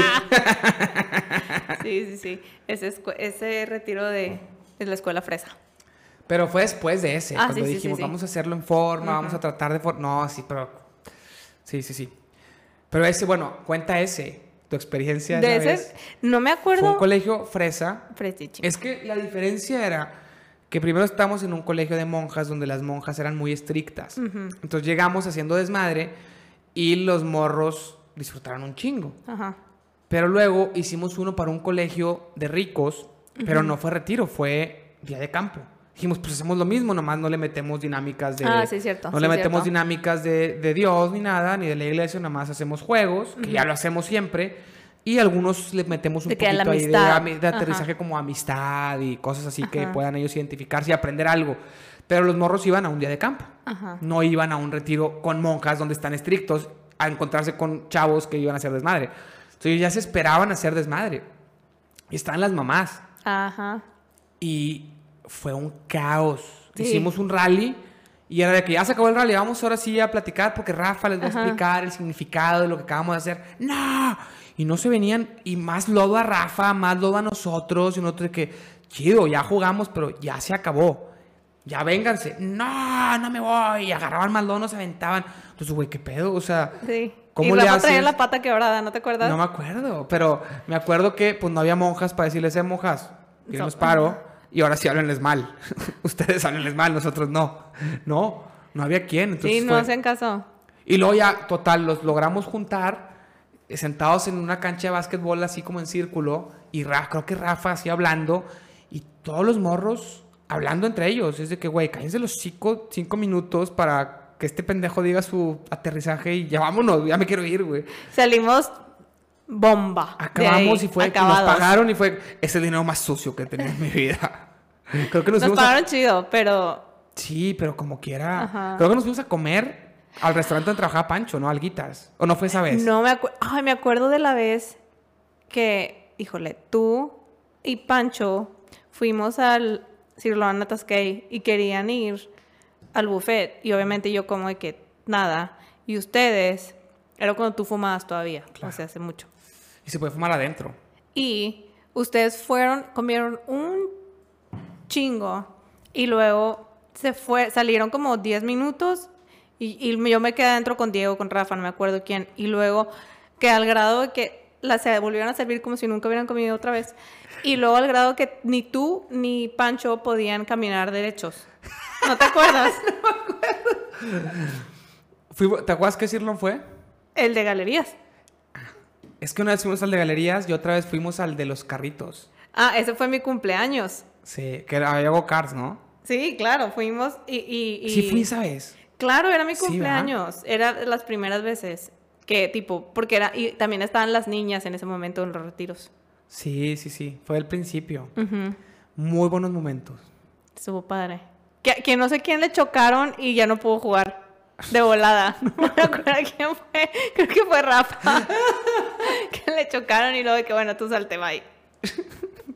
B: ¡pa! sí sí sí ese escu- ese retiro de, de la escuela fresa
A: Pero fue después de ese,
B: Ah,
A: cuando
B: sí, sí, sí,
A: dijimos,
B: sí.
A: vamos a hacerlo en forma, vamos a tratar de... for-". No, sí, pero... Sí, sí, sí. Pero ese, bueno, cuenta ese, tu experiencia
B: de
A: esa
B: ese
A: vez.
B: no me
A: Fue un
B: acuerdo
A: colegio fresa.
B: Fresichi.
A: Es que la diferencia era que primero estábamos en un colegio de monjas donde las monjas eran muy estrictas. Entonces llegamos haciendo desmadre y los morros disfrutaron un chingo.
B: ajá
A: Pero luego hicimos uno para un colegio de ricos, pero no fue retiro, fue día de campo. Dijimos, pues hacemos lo mismo, nomás no le metemos dinámicas de...
B: Ah, sí, cierto,
A: No
B: sí,
A: le metemos
B: cierto.
A: dinámicas de, de Dios ni nada, ni de la iglesia, nada más hacemos juegos, que ya lo hacemos siempre, y algunos le metemos un
B: De que a
A: poquito
B: la
A: ahí de,
B: amistad.
A: ami- de
B: Ajá.
A: aterrizaje como amistad y cosas así que
B: Ajá.
A: puedan ellos identificarse y aprender algo. Pero los morros iban a un día de campo.
B: Ajá.
A: No iban a un retiro con monjas donde están estrictos a encontrarse con chavos que iban a hacer desmadre. Entonces ellos ya se esperaban a hacer desmadre. Y estaban las mamás.
B: ajá
A: Y fue un caos.
B: Sí.
A: Hicimos un rally y era de que ya se acabó el rally, vamos ahora sí a platicar porque Rafa les va
B: Ajá.
A: a explicar el significado de lo que acabamos de hacer. ¡No! Y no se venían, y más lodo a Rafa, más lodo a nosotros, y nosotros de que, chido, ya jugamos, pero ya se acabó. Ya vénganse. ¡No! No me voy. Y agarraban más lodo, nos aventaban. Entonces, güey, ¿qué pedo? O sea,
B: sí
A: ¿Cómo
B: y
A: le
B: Rafa traía
A: haces?
B: la pata quebrada no te acuerdas
A: no me acuerdo, pero me acuerdo que pues no había monjas para decirles, eh, monjas,
B: So-
A: nos paro y ahora sí háblenles mal. *laughs* Ustedes háblenles mal, nosotros no. No, no había quien. Entonces
B: sí no
A: fue-
B: hacían caso
A: Y luego ya, total, los logramos juntar eh, sentados en una cancha de básquetbol así como en círculo y Ra- creo que Rafa así hablando y todos los morros hablando entre ellos. Es de que, güey, cállense los cinco, cinco minutos para que este pendejo diga su aterrizaje y ya vámonos, ya me quiero ir, güey.
B: salimos bomba de
A: Acabamos
B: ahí,
A: y fue que nos
B: acabados.
A: pagaron y fue es el dinero más sucio que he tenido en mi
B: *laughs*
A: vida. Creo que nos,
B: nos
A: fuimos a-
B: pagaron chido pero
A: Sí, pero como quiera.
B: Ajá.
A: Creo que nos fuimos a comer al restaurante donde trabajaba Pancho, ¿no? Alguitas. ¿O no fue esa vez?
B: No me acuerdo. Ay, me acuerdo de la vez que, híjole, tú y Pancho fuimos al Cirloan Atascay y querían ir al buffet. Y obviamente yo, como de que nada. Y ustedes, era cuando tú fumabas todavía, o sea, hace mucho.
A: Y se puede fumar adentro.
B: Y ustedes fueron, comieron un chingo y luego se fue, salieron como 10 minutos y, y yo me quedé adentro con Diego, con Rafa, no me acuerdo quién. Y luego que al grado de que la se volvieron a servir como si nunca hubieran comido otra vez. Y luego al grado que ni tú ni Pancho podían caminar derechos. ¿No te acuerdas?
A: Fuimos- ¿Te acuerdas qué Cirlon fue?
B: El de galerías.
A: Es que una vez fuimos al de galerías y otra vez fuimos al de los carritos.
B: Ah, ese fue mi cumpleaños.
A: Sí, que era- había go-karts, ¿no?
B: Sí, claro, fuimos y... y, y-
A: Sí, fui esa vez.
B: Claro, era mi
A: Sí, ¿verdad?
B: cumpleaños. era de las primeras veces que, tipo, porque era. Y también estaban las niñas en ese momento en los retiros.
A: Sí, sí, sí. Fue el principio.
B: Ujú.
A: Muy buenos momentos. *laughs*
B: Estuvo padre. Que, que no sé quién le chocaron y ya no pudo jugar.
A: *laughs*
B: De volada. *laughs* No me acuerdo quién fue. Creo que fue Rafa. que le chocaron y luego de que, bueno, tú salte, bye.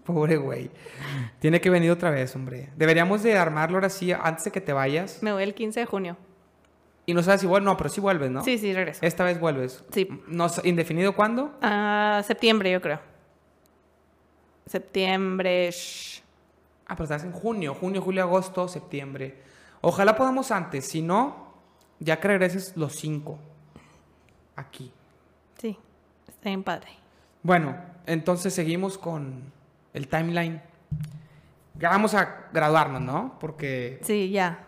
A: Pobre güey. Tiene que venir otra vez, hombre. Deberíamos de armarlo ahora sí antes de que te vayas.
B: Me voy el 15 de junio.
A: Y no sabes si vuelves, no, pero sí vuelves, ¿no? Eh.
B: Sí, sí, regreso.
A: Esta vez vuelves.
B: Sí.
A: No, sé, ¿Indefinido cuándo?
B: Ah, septiembre, yo creo. Septiembre. shh.
A: Ah, pero estás en junio, junio, julio, agosto, septiembre. Ojalá podamos antes, si no, ya que regreses los cinco. Aquí.
B: Sí, está bien padre.
A: Bueno, entonces seguimos con el timeline. Ya vamos a graduarnos, ¿no? Porque
B: Sí, ya.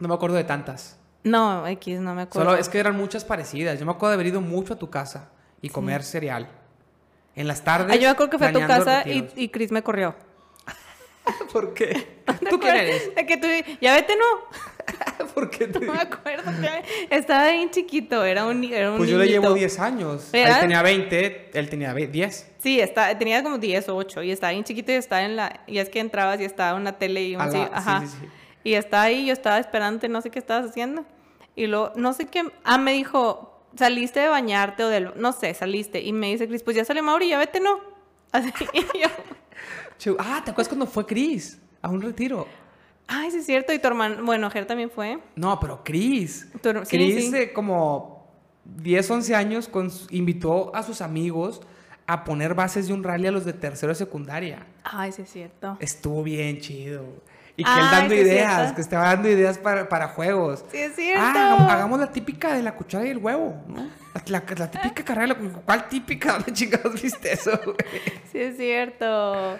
A: no me acuerdo de tantas.
B: No, X, no me acuerdo.
A: Solo es que eran muchas parecidas. Yo me acuerdo de haber ido mucho a tu casa y comer cereal. En las tardes.
B: Ah, yo me acuerdo que fue a tu
A: planeando
B: casa y, *laughs*
A: retiros.
B: y Chris me corrió.
A: ¿Por qué?
B: ¿Te
A: ¿Tú quién
B: acuerdas?
A: eres?
B: De que tú, ya vete, no. *laughs*
A: *laughs* ¿Por qué te
B: No me acuerdo. que- Estaba bien chiquito, era un, ni- era un
A: Pues yo le
B: niñito.
A: llevo 10 años.
B: ¿Verdad?
A: Él tenía 20, él tenía ve- 10.
B: Sí, está, tenía como 10 o 8 y estaba bien chiquito y estaba en la... Y es que entrabas y estaba una tele y un...
A: A la-
B: sí,
A: sí,
B: ajá.
A: sí, sí.
B: Y estaba ahí, yo estaba esperándote, no sé qué estabas haciendo. Y luego, no sé qué... Ah, me dijo, saliste de bañarte o del... No sé, saliste. Y me dice Chris, pues ya sale Mauri, ya vete, no. *laughs* Así, y yo...
A: Chu- Ah, ¿te acuerdas cuando fue Cris? A un retiro.
B: Ay, sí es cierto. Y tu hermano... Bueno, Ger también fue.
A: No, pero Cris.
B: Tu her- sí,
A: Cris
B: sí.
A: eh, como 10, 11 años, con su- invitó a sus amigos a poner bases de un rally a los de tercero de secundaria.
B: Ay, sí es cierto.
A: Estuvo bien chido. Y que él
B: Ay,
A: dando
B: sí es
A: ideas,
B: cierto.
A: que estaba dando ideas para, para juegos.
B: Sí es cierto.
A: Ah, hagam- hagamos la típica de la cuchara y el huevo, ¿no? La, la- la típica carrera, de la cu- ¿cuál típica? *laughs* ¿Dónde chingados viste eso, güey?
B: Sí es cierto.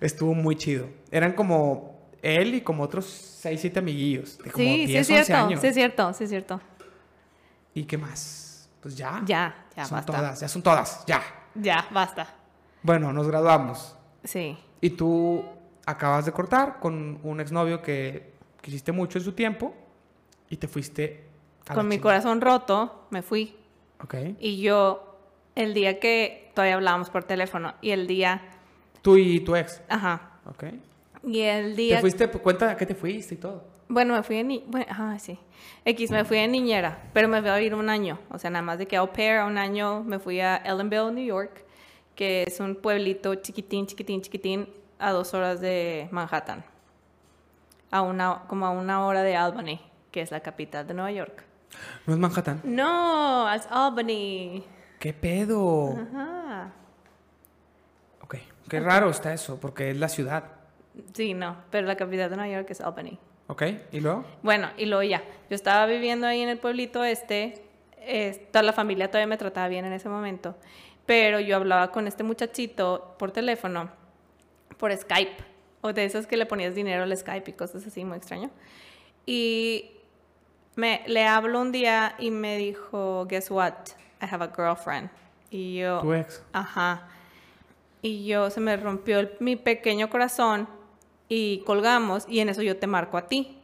A: Estuvo muy chido. Eran como él y como otros 6, 7 amiguillos. De como
B: Sí,
A: 10,
B: sí es
A: 11
B: cierto.
A: años.
B: Sí es cierto, sí es cierto.
A: ¿Y qué más? Pues ya.
B: Ya, ya
A: son
B: basta.
A: todas, ya son todas, ya.
B: Ya, basta.
A: Bueno, nos graduamos.
B: Sí.
A: Y tú acabas de cortar con un exnovio que quisiste mucho en su tiempo y te fuiste a la
B: Con mi
A: chingada.
B: corazón roto, me fui.
A: Ok.
B: Y yo, el día que todavía hablábamos por teléfono, y el día,
A: Tú y tu ex.
B: ajá.
A: Ok.
B: Y el
A: Te
B: día.
A: fuiste, pues, cuenta a qué te fuiste y todo.
B: Bueno, me fui de ni... Bueno, ah, sí. X, me fui de niñera, pero me fui a ir un año. O sea, nada más de que au pair, un año me fui a Ellenville, New York, que es un pueblito chiquitín, chiquitín, chiquitín, a dos horas de Manhattan. A una, como a una hora de Albany, que es la capital de Nueva York.
A: No es Manhattan.
B: No, es Albany.
A: ¿Qué pedo?
B: Ajá.
A: Ok. Qué raro está eso, porque es la ciudad.
B: Sí, no, pero la capital de Nueva York es Albany.
A: Ok. ¿Y luego?
B: Bueno, y luego ya, yo estaba viviendo ahí en el pueblito este, eh, toda la familia todavía me trataba bien en ese momento, pero yo hablaba con este muchachito por teléfono, por Skype, o de esas que le ponías dinero al Skype y cosas así muy extraño. Y me, le hablo un día y me dijo, guess what, I have a girlfriend. Y yo...
A: Tu ex.
B: Ajá. Y yo se me rompió el- mi pequeño corazón y colgamos y en eso yo te marco a ti.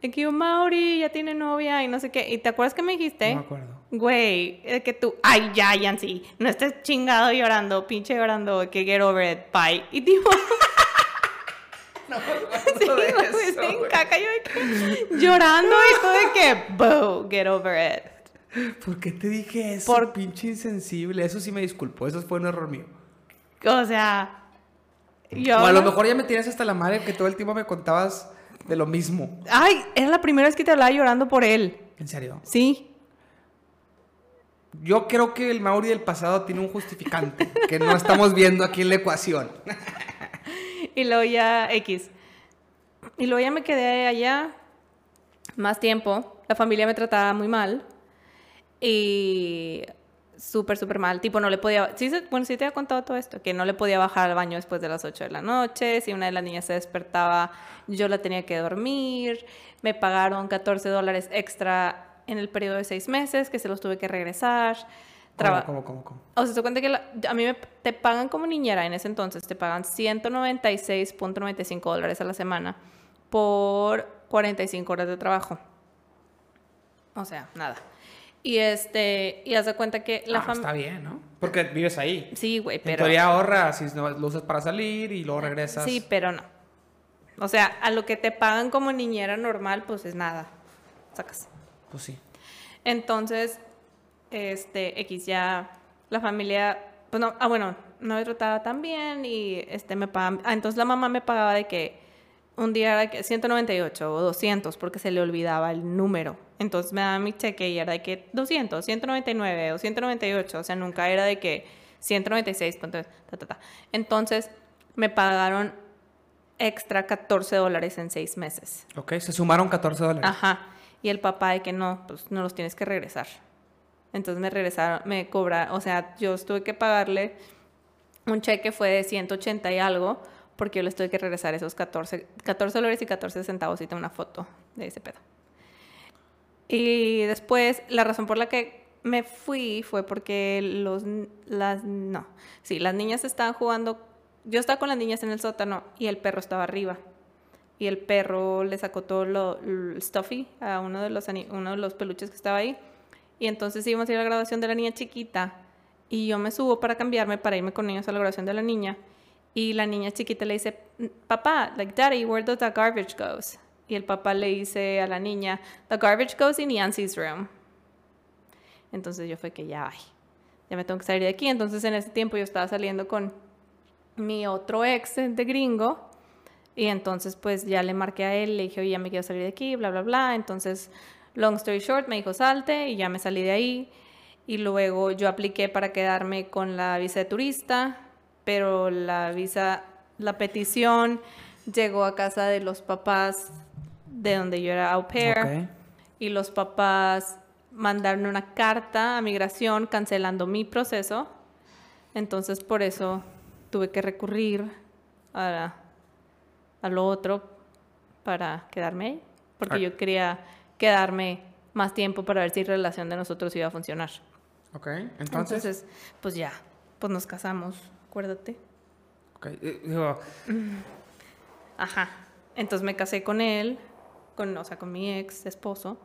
B: Y que yo, Mauri, ya tiene novia y no sé qué. ¿Y te acuerdas que me dijiste?
A: No me acuerdo.
B: Güey, es que tú, ay, ya, Yancy, no estés chingado llorando, pinche llorando, que get over it, bye. Y *laughs* tipo,
A: No,
B: *laughs* sí, güey, sí, en caca, yo de que, llorando y todo de que, boo, get over it.
A: ¿Por qué te dije eso? Por
B: Por-
A: pinche insensible. Eso sí me disculpo. Eso fue un error mío.
B: O sea, yo.
A: o a lo
B: no-
A: mejor ya me tienes hasta la madre que todo el tiempo me contabas de lo mismo.
B: Ay, es la primera vez que te hablaba llorando por él.
A: En serio.
B: Sí,
A: Yo creo que el Mauri del pasado tiene un justificante que no estamos viendo aquí en la ecuación.
B: Y luego ya X. Y luego ya me quedé allá más tiempo. La familia me trataba muy mal. Y súper, súper mal. Tipo, no le podía... Sí, se- bueno, sí te había contado todo esto. Que no le podía bajar al baño después de las 8 de la noche. Si una de las niñas se despertaba, yo la tenía que dormir. Me pagaron 14 dólares extra en el periodo de seis meses, que se los tuve que regresar. Traba-
A: ¿Cómo, cómo, cómo?
B: o sea, se cuenta que la- a mí me, te pagan como niñera en ese entonces, te pagan 196.95 dólares a la semana por 45 horas de trabajo. O sea, nada. Y este, y haz de cuenta que la
A: Ah,
B: familia...
A: está bien, ¿no? Porque vives ahí.
B: Sí, güey,
A: En
B: pero... Ah,
A: teoría ahorras y no- lo usas para salir y luego regresas.
B: Sí, pero no. O sea, a lo que te pagan como niñera normal, pues es nada. Sacas.
A: Pues sí.
B: Entonces, este, X ya, la familia, pues no, ah, bueno, no me trataba tan bien y este, me pagaban, ah, entonces la mamá me pagaba de que un día era de que 198 o 200 porque se le olvidaba el número. Entonces me daba mi cheque y era de que 200, 199 o 198, o sea, nunca era de que 196, punto, ta, ta, ta. Entonces me pagaron extra 14 dólares en seis meses.
A: Ok, se sumaron 14 dólares.
B: Ajá. Y el papá de que no, pues no los tienes que regresar. Entonces me regresaron, me cobraron, o sea, yo tuve que pagarle un cheque fue de 180 y algo, porque yo les tuve que regresar esos 14, 14 dólares y 14 centavos y tengo una foto de ese pedo. Y después, la razón por la que me fui fue porque los, n- las, no, sí, las niñas estaban jugando, yo estaba con las niñas en el sótano y el perro estaba arriba. Y el perro le sacó todo lo, el stuffy a uno de, los, ani- uno de los peluches que estaba ahí. Y entonces íbamos a ir a la graduación de la niña chiquita. Y yo me subo para cambiarme, para irme con ellos a la graduación de la niña. Y la niña chiquita le dice, papá, like, daddy, where does that garbage goes? Y el papá le dice a la niña, the garbage goes in Yancy's room. Entonces yo fue que ya, ay, ya me tengo que salir de aquí. Entonces en ese tiempo yo estaba saliendo con mi otro ex de gringo. Y entonces pues ya le marqué a él, le dije, oye, ya me quiero salir de aquí, bla, bla, bla. Entonces, long story short, me dijo, salte y ya me salí de ahí. Y luego yo apliqué para quedarme con la visa de turista, pero la visa, la petición llegó a casa de los papás de donde yo era au pair.
A: Ok.
B: Y los papás mandaron una carta a migración cancelando mi proceso. Entonces por eso tuve que recurrir a, a lo otro para quedarme ahí, porque
A: Ah.
B: yo quería quedarme más tiempo para ver si la relación de nosotros iba a funcionar.
A: Ok, entonces.
B: Entonces, pues ya, pues nos casamos, acuérdate.
A: ok, eh, digo,
B: Ajá. Entonces me casé con él, con, o sea, con mi ex esposo,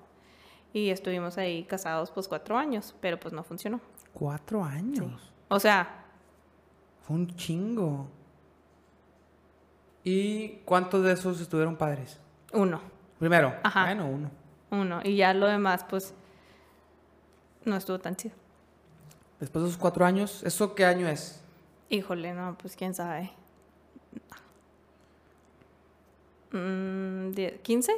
B: y estuvimos ahí casados pues cuatro años, pero pues no funcionó.
A: cuatro años.
B: O sea,
A: Fue un chingo. ¿Y cuántos de esos estuvieron padres?
B: uno,
A: Primero.
B: Ajá.
A: Bueno, uno.
B: uno, y ya lo demás pues no estuvo tan chido.
A: Después de esos cuatro años, ¿eso qué año es?
B: Híjole, no, pues quién sabe. Mm, die- ¿15?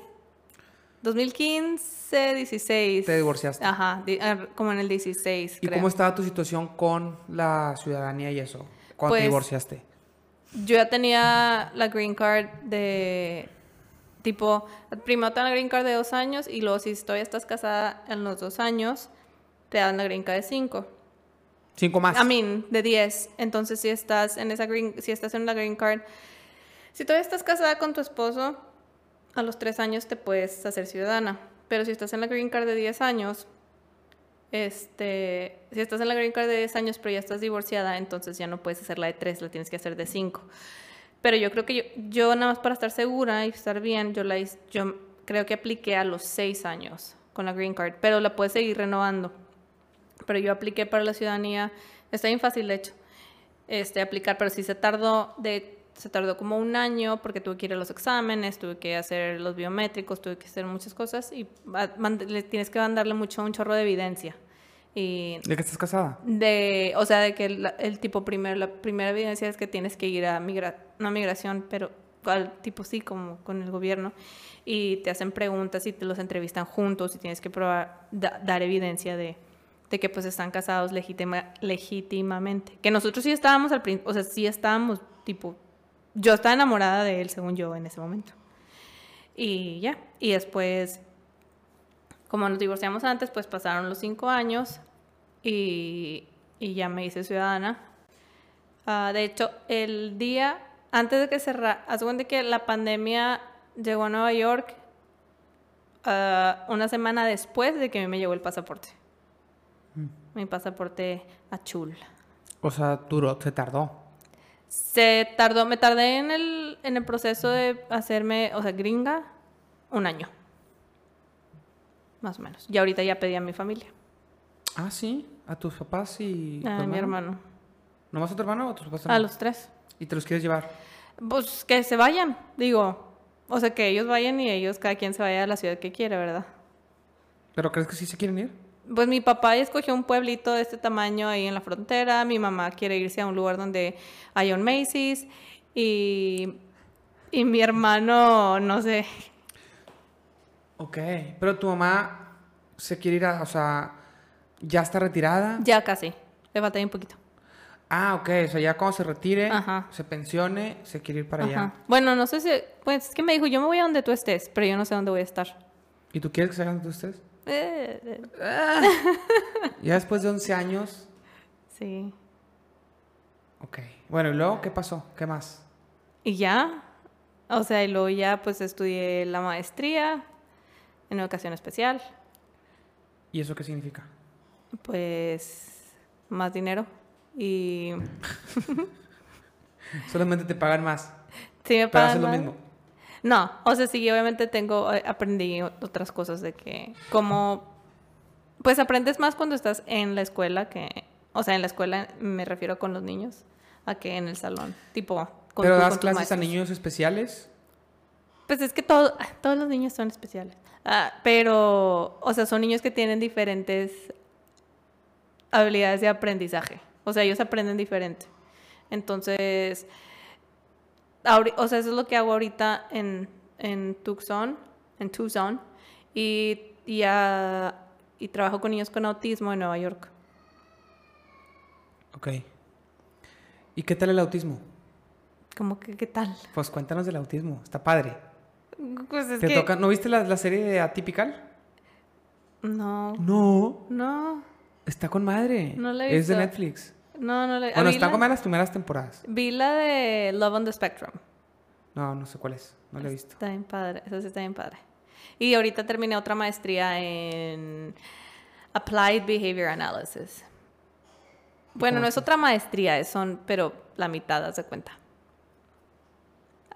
B: 2015, 16.
A: Te divorciaste.
B: Ajá, di- ah, como en el 16,
A: ¿Y
B: creo.
A: cómo estaba tu situación con la ciudadanía y eso? Cuando
B: Pues-
A: te divorciaste.
B: Yo ya tenía la green card de. Tipo, primero te dan la green card de dos años y luego si todavía estás casada en los dos años, te dan la green card de cinco.
A: Cinco más.
B: I mean, de 10. Entonces, si estás en esa green, si estás en la green card, si todavía estás casada con tu esposo, a los 3 años te puedes hacer ciudadana. Pero si estás en la green card de 10 años, este, si estás en la green card de 10 años pero ya estás divorciada, entonces ya no puedes hacer la de 3, la tienes que hacer de 5. Pero yo creo que yo, yo nada más para estar segura y estar bien, yo la hice- yo creo que apliqué a los 6 años con la green card, pero la puedes seguir renovando pero yo apliqué para la ciudadanía, está bien fácil de hecho, este, aplicar, pero sí se tardó, de, se tardó como un año porque tuve que ir a los exámenes, tuve que hacer los biométricos, tuve que hacer muchas cosas y ah, mand- le tienes que mandarle mucho un chorro de evidencia. Y
A: ¿De que estás casada?
B: de, o sea, de que la- el, tipo primero, la primera evidencia es que tienes que ir a migra, no a migración, pero al tipo sí, como con el gobierno, y te hacen preguntas y te los entrevistan juntos y tienes que probar, da- dar evidencia de, de que pues están casados legítima, legítimamente. Que nosotros sí estábamos al principio, o sea, sí estábamos, tipo, yo estaba enamorada de él, según yo, en ese momento. Y ya, y después, como nos divorciamos antes, pues pasaron los cinco años y, y ya me hice ciudadana. Ah, de hecho, el día antes de que cerrara, haz de cuenta que la pandemia llegó a Nueva York ah, una semana después de que a mí me llegó el pasaporte.
A: Mm.
B: Mi pasaporte azul.
A: O sea, duró, se tardó.
B: Se tardó, me tardé en el, en el proceso de hacerme, o sea, gringa, un año. Más o menos. Y ahorita ya pedí a mi familia,
A: Ah, sí. A tus papás y.
B: a
A: tu
B: Ah, mi hermano,
A: ¿Nomás a tu hermano o a tus papás
B: a
A: también?
B: los tres.
A: ¿Y te los quieres llevar?
B: Pues que se vayan, digo. O sea, que ellos vayan y ellos, cada quien se vaya a la ciudad que quiera, ¿verdad?
A: ¿Pero crees que sí se quieren ir?
B: Pues mi papá ya escogió un pueblito de este tamaño ahí en la frontera. Mi mamá quiere irse a un lugar donde hay un Macy's. Y, y mi hermano, no sé. *laughs*
A: Ok. Pero tu mamá se quiere ir a. O sea, ya está retirada.
B: Ya casi. Le falta ahí un poquito.
A: Ah, ok. O sea, ya cuando se retire,
B: Ajá.
A: se pensione, se quiere ir para allá.
B: Ajá. Bueno, no sé si. Pues es que me dijo, yo me voy a donde tú estés, pero yo no sé dónde voy a estar.
A: ¿Y tú quieres que se hagan de
B: *laughs*
A: ustedes?
B: Eh, eh,
A: Ya después de 11 años.
B: sí.
A: Ok. Bueno, ¿y luego qué pasó? ¿Qué más?
B: Y ya, o sea, y luego ya pues estudié la maestría en educación especial,
A: ¿Y eso qué significa? *laughs*
B: pues más dinero y
A: Solamente te pagan más.
B: sí me
A: Pero
B: pagan
A: haces lo
B: más.
A: mismo.
B: No, o sea, sí, obviamente tengo, eh, aprendí o- otras cosas de que, como, pues aprendes más cuando estás en la escuela que, o sea, en la escuela me refiero con los niños, a que en el salón, tipo, con
A: ¿Pero
B: tu-
A: das
B: con tus
A: clases a
B: maestros.
A: niños especiales?
B: Pues es que todo- todos los niños son especiales. Ah, pero, o sea, son niños que tienen diferentes habilidades de aprendizaje. O sea, ellos aprenden diferente. Entonces, ahori- o sea, eso es lo que hago ahorita en, en Tucson, en Tucson, y, y, ah, y trabajo con niños con autismo en Nueva York.
A: Ok. ¿Y qué tal el autismo?
B: Como que, ¿qué tal?
A: Pues cuéntanos del autismo, está padre.
B: Pues es
A: ¿Te
B: que...
A: toca- ¿No viste la, la serie de Atypical?
B: No,
A: No,
B: no,
A: está con madre.
B: No la he
A: Es de
B: visto.
A: Netflix.
B: no, no. le-
A: Bueno,
B: vi
A: está
B: la-
A: con madre las primeras temporadas.
B: Vi la de Love on the Spectrum.
A: No, no sé cuál es, no la he visto.
B: Está bien padre, eso sí está bien padre. Y ahorita terminé otra maestría en Applied Behavior Analysis. Bueno, no es otra maestría, es son, pero la mitad, haz de cuenta.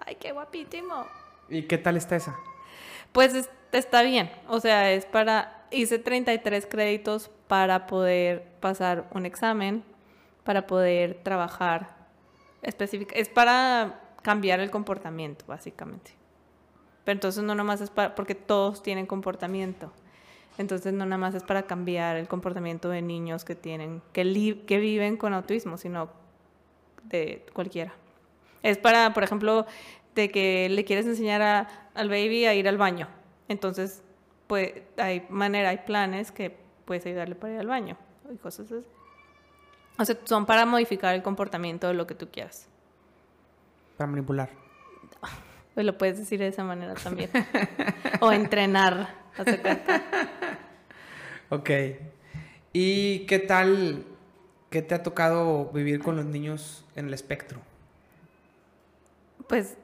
B: Ay, qué guapísimo.
A: ¿Y qué tal está esa?
B: Pues es- está bien, o sea, es para, hice 33 créditos para poder pasar un examen, para poder trabajar específica, es para cambiar el comportamiento, básicamente. Pero entonces no nomás es para, porque todos tienen comportamiento. Entonces no nada más es para cambiar el comportamiento de niños que tienen, que, li- que viven con autismo, sino de cualquiera. Es para, por ejemplo, de que le quieres enseñar a- al baby a ir al baño. Entonces, pues hay manera, hay planes que puedes ayudarle para ir al baño y cosas así. O sea, son para modificar el comportamiento de lo que tú quieras.
A: Para manipular.
B: Pues lo puedes decir de esa manera también. o entrenar. haz de cuenta.
A: Ok. ¿Y qué tal, qué te ha tocado vivir con los niños en el espectro?
B: Pues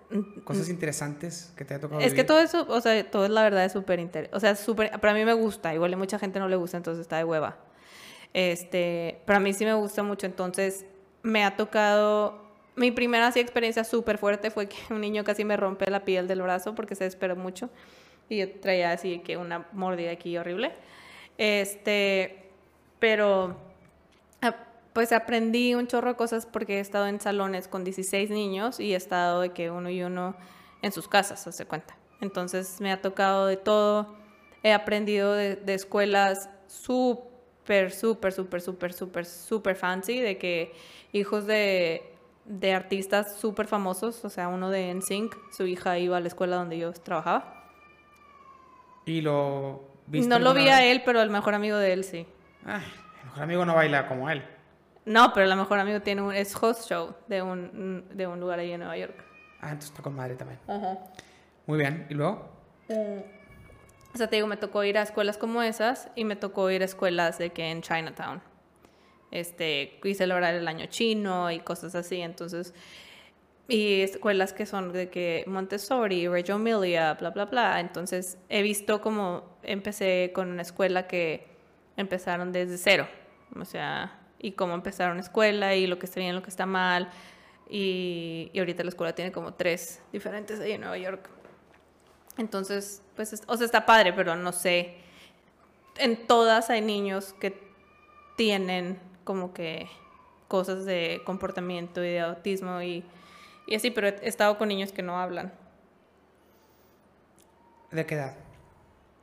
A: Cosas interesantes que te ha tocado
B: Es que
A: vivir.
B: todo eso, o sea, todo es la verdad es súper interesante. O sea, súper, para mí me gusta, igual a mucha gente no le gusta, entonces está de hueva. Este, para mí sí me gusta mucho, entonces me ha tocado, mi primera así experiencia súper fuerte fue que un niño casi me rompe la piel del brazo porque se desesperó mucho y yo traía así que una mordida aquí horrible. Este, pero a- pues aprendí un chorro de cosas porque he estado en salones con 16 niños y he estado de que uno y uno en sus casas, hace cuenta. Entonces me ha tocado de todo. He aprendido de, de escuelas súper, súper, súper, súper, súper, súper fancy, de que hijos de, de artistas súper famosos, o sea, uno de NSYNC, su hija iba a la escuela donde yo trabajaba.
A: ¿Y lo viste
B: no lo
A: alguna
B: vi a
A: vez?
B: él, pero al mejor amigo de él sí.
A: Ah, el mejor amigo no baila como él.
B: No, pero la mejor amigo tiene un es host show de un, de un lugar ahí en Nueva York.
A: Ah, entonces está con madre también.
B: Ajá.
A: Muy bien. ¿Y luego?
B: O sea, te digo, me tocó ir a escuelas como esas y me tocó ir a escuelas de que en Chinatown. Este, y celebrar el año chino y cosas así. Entonces, y escuelas que son de que Montessori, Reggio Emilia, bla, bla, bla. Entonces, he visto como empecé con una escuela que empezaron desde cero. O sea, y cómo empezaron escuela y lo que está bien, lo que está mal. Y, y ahorita la escuela tiene como tres diferentes ahí en Nueva York. Entonces, pues, es- o sea, está padre, pero no sé. En todas hay niños que tienen como que cosas de comportamiento y de autismo y, y así, pero he estado con niños que no hablan.
A: ¿De qué edad?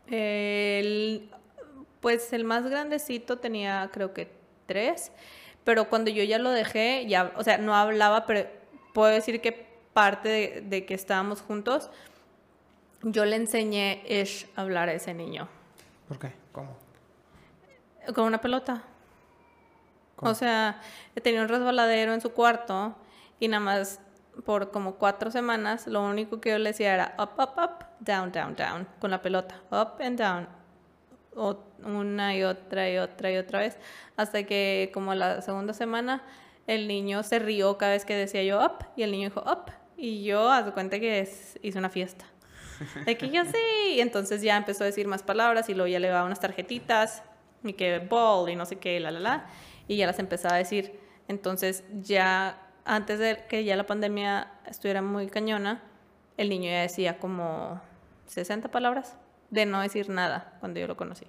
B: El- pues el más grandecito tenía creo que tres, pero cuando yo ya lo dejé, ya, o sea, no hablaba, pero puedo decir que parte de, de que estábamos juntos, yo le enseñé ish a hablar a ese niño.
A: ¿Por qué? ¿Cómo?
B: Con una pelota.
A: ¿Cómo?
B: O sea, tenía un resbaladero en su cuarto y nada más por como cuatro semanas lo único que yo le decía era up, up, up, down, down, down, con la pelota, up and down, o- una y otra y otra y otra vez, hasta que como la segunda semana el niño se rió cada vez que decía yo up y el niño dijo up y yo haz de cuenta que es- hice una fiesta. De que yo sí. Y entonces ya empezó a decir más palabras y luego ya le daba unas tarjetitas y que ball y no sé qué, la, la, la. Y ya las empezaba a decir. Entonces ya antes de que ya la pandemia estuviera muy cañona, el niño ya decía como 60 palabras de no decir nada cuando yo lo conocí.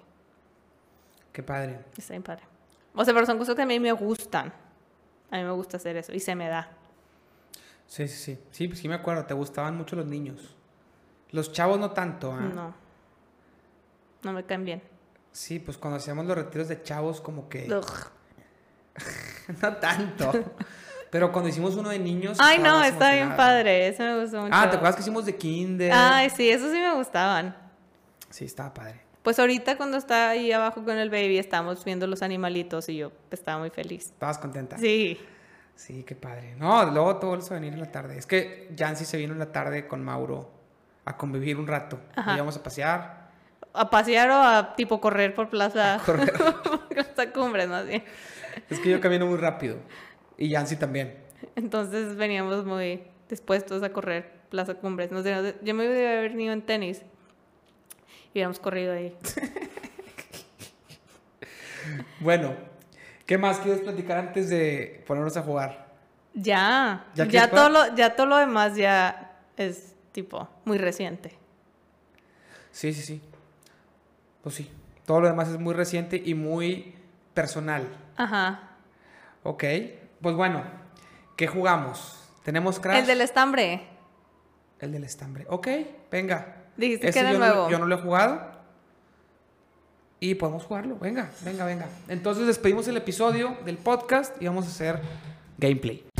A: Qué padre.
B: Está bien padre. O sea, pero son cosas que a mí me gustan. A mí me gusta hacer eso y se me da.
A: Sí, sí, sí. Sí, pues sí me acuerdo. Te gustaban mucho los niños. Los chavos no tanto, ¿ah?
B: No. No me caen bien.
A: Sí, pues cuando hacíamos los retiros de chavos como que...
B: Ugh.
A: *laughs* no
B: *laughs*
A: tanto. Pero cuando hicimos uno de niños...
B: Ay,
A: estaba
B: no,
A: más
B: está bien
A: pues, emocionada.
B: padre. Eso me gustó mucho.
A: Ah, ¿te acuerdas que hicimos de kinder?
B: Ay, sí, esos sí me gustaban.
A: Sí, estaba padre.
B: Pues ahorita cuando está ahí abajo con el baby, estamos viendo los animalitos y yo estaba muy feliz.
A: Estabas contenta.
B: Sí.
A: Sí, qué padre. No, luego todo el venir en la tarde. Es que Jancy se vino en la tarde con Mauro a convivir un rato.
B: Ajá.
A: Y íbamos a pasear. *laughs*
B: A pasear o a tipo correr por plaza. *laughs*
A: correr.
B: Hasta cumbres, más bien.
A: Es que yo camino muy rápido. Y Jancy también.
B: Entonces veníamos muy dispuestos a correr Plaza Cumbres. Nos dieron- yo me hubiera haber venido en tenis y hubiéramos corrido ahí.
A: Bueno, ¿qué más quieres platicar antes de ponernos a jugar?
B: Ya,
A: ¿Ya
B: ya,
A: quieres
B: todo, lo, ya todo lo demás ya es tipo muy reciente.
A: Sí, sí, sí. Pues sí. Todo lo demás es muy reciente y muy personal.
B: Ajá.
A: Ok. Pues bueno, ¿qué jugamos? ¿Tenemos Crash?
B: El del estambre.
A: El del estambre. Ok, venga.
B: Dijiste
A: Ese
B: que era
A: yo,
B: nuevo.
A: No, yo no lo he jugado. Y podemos jugarlo. Venga, venga, venga. Entonces despedimos el episodio del podcast y vamos a hacer gameplay.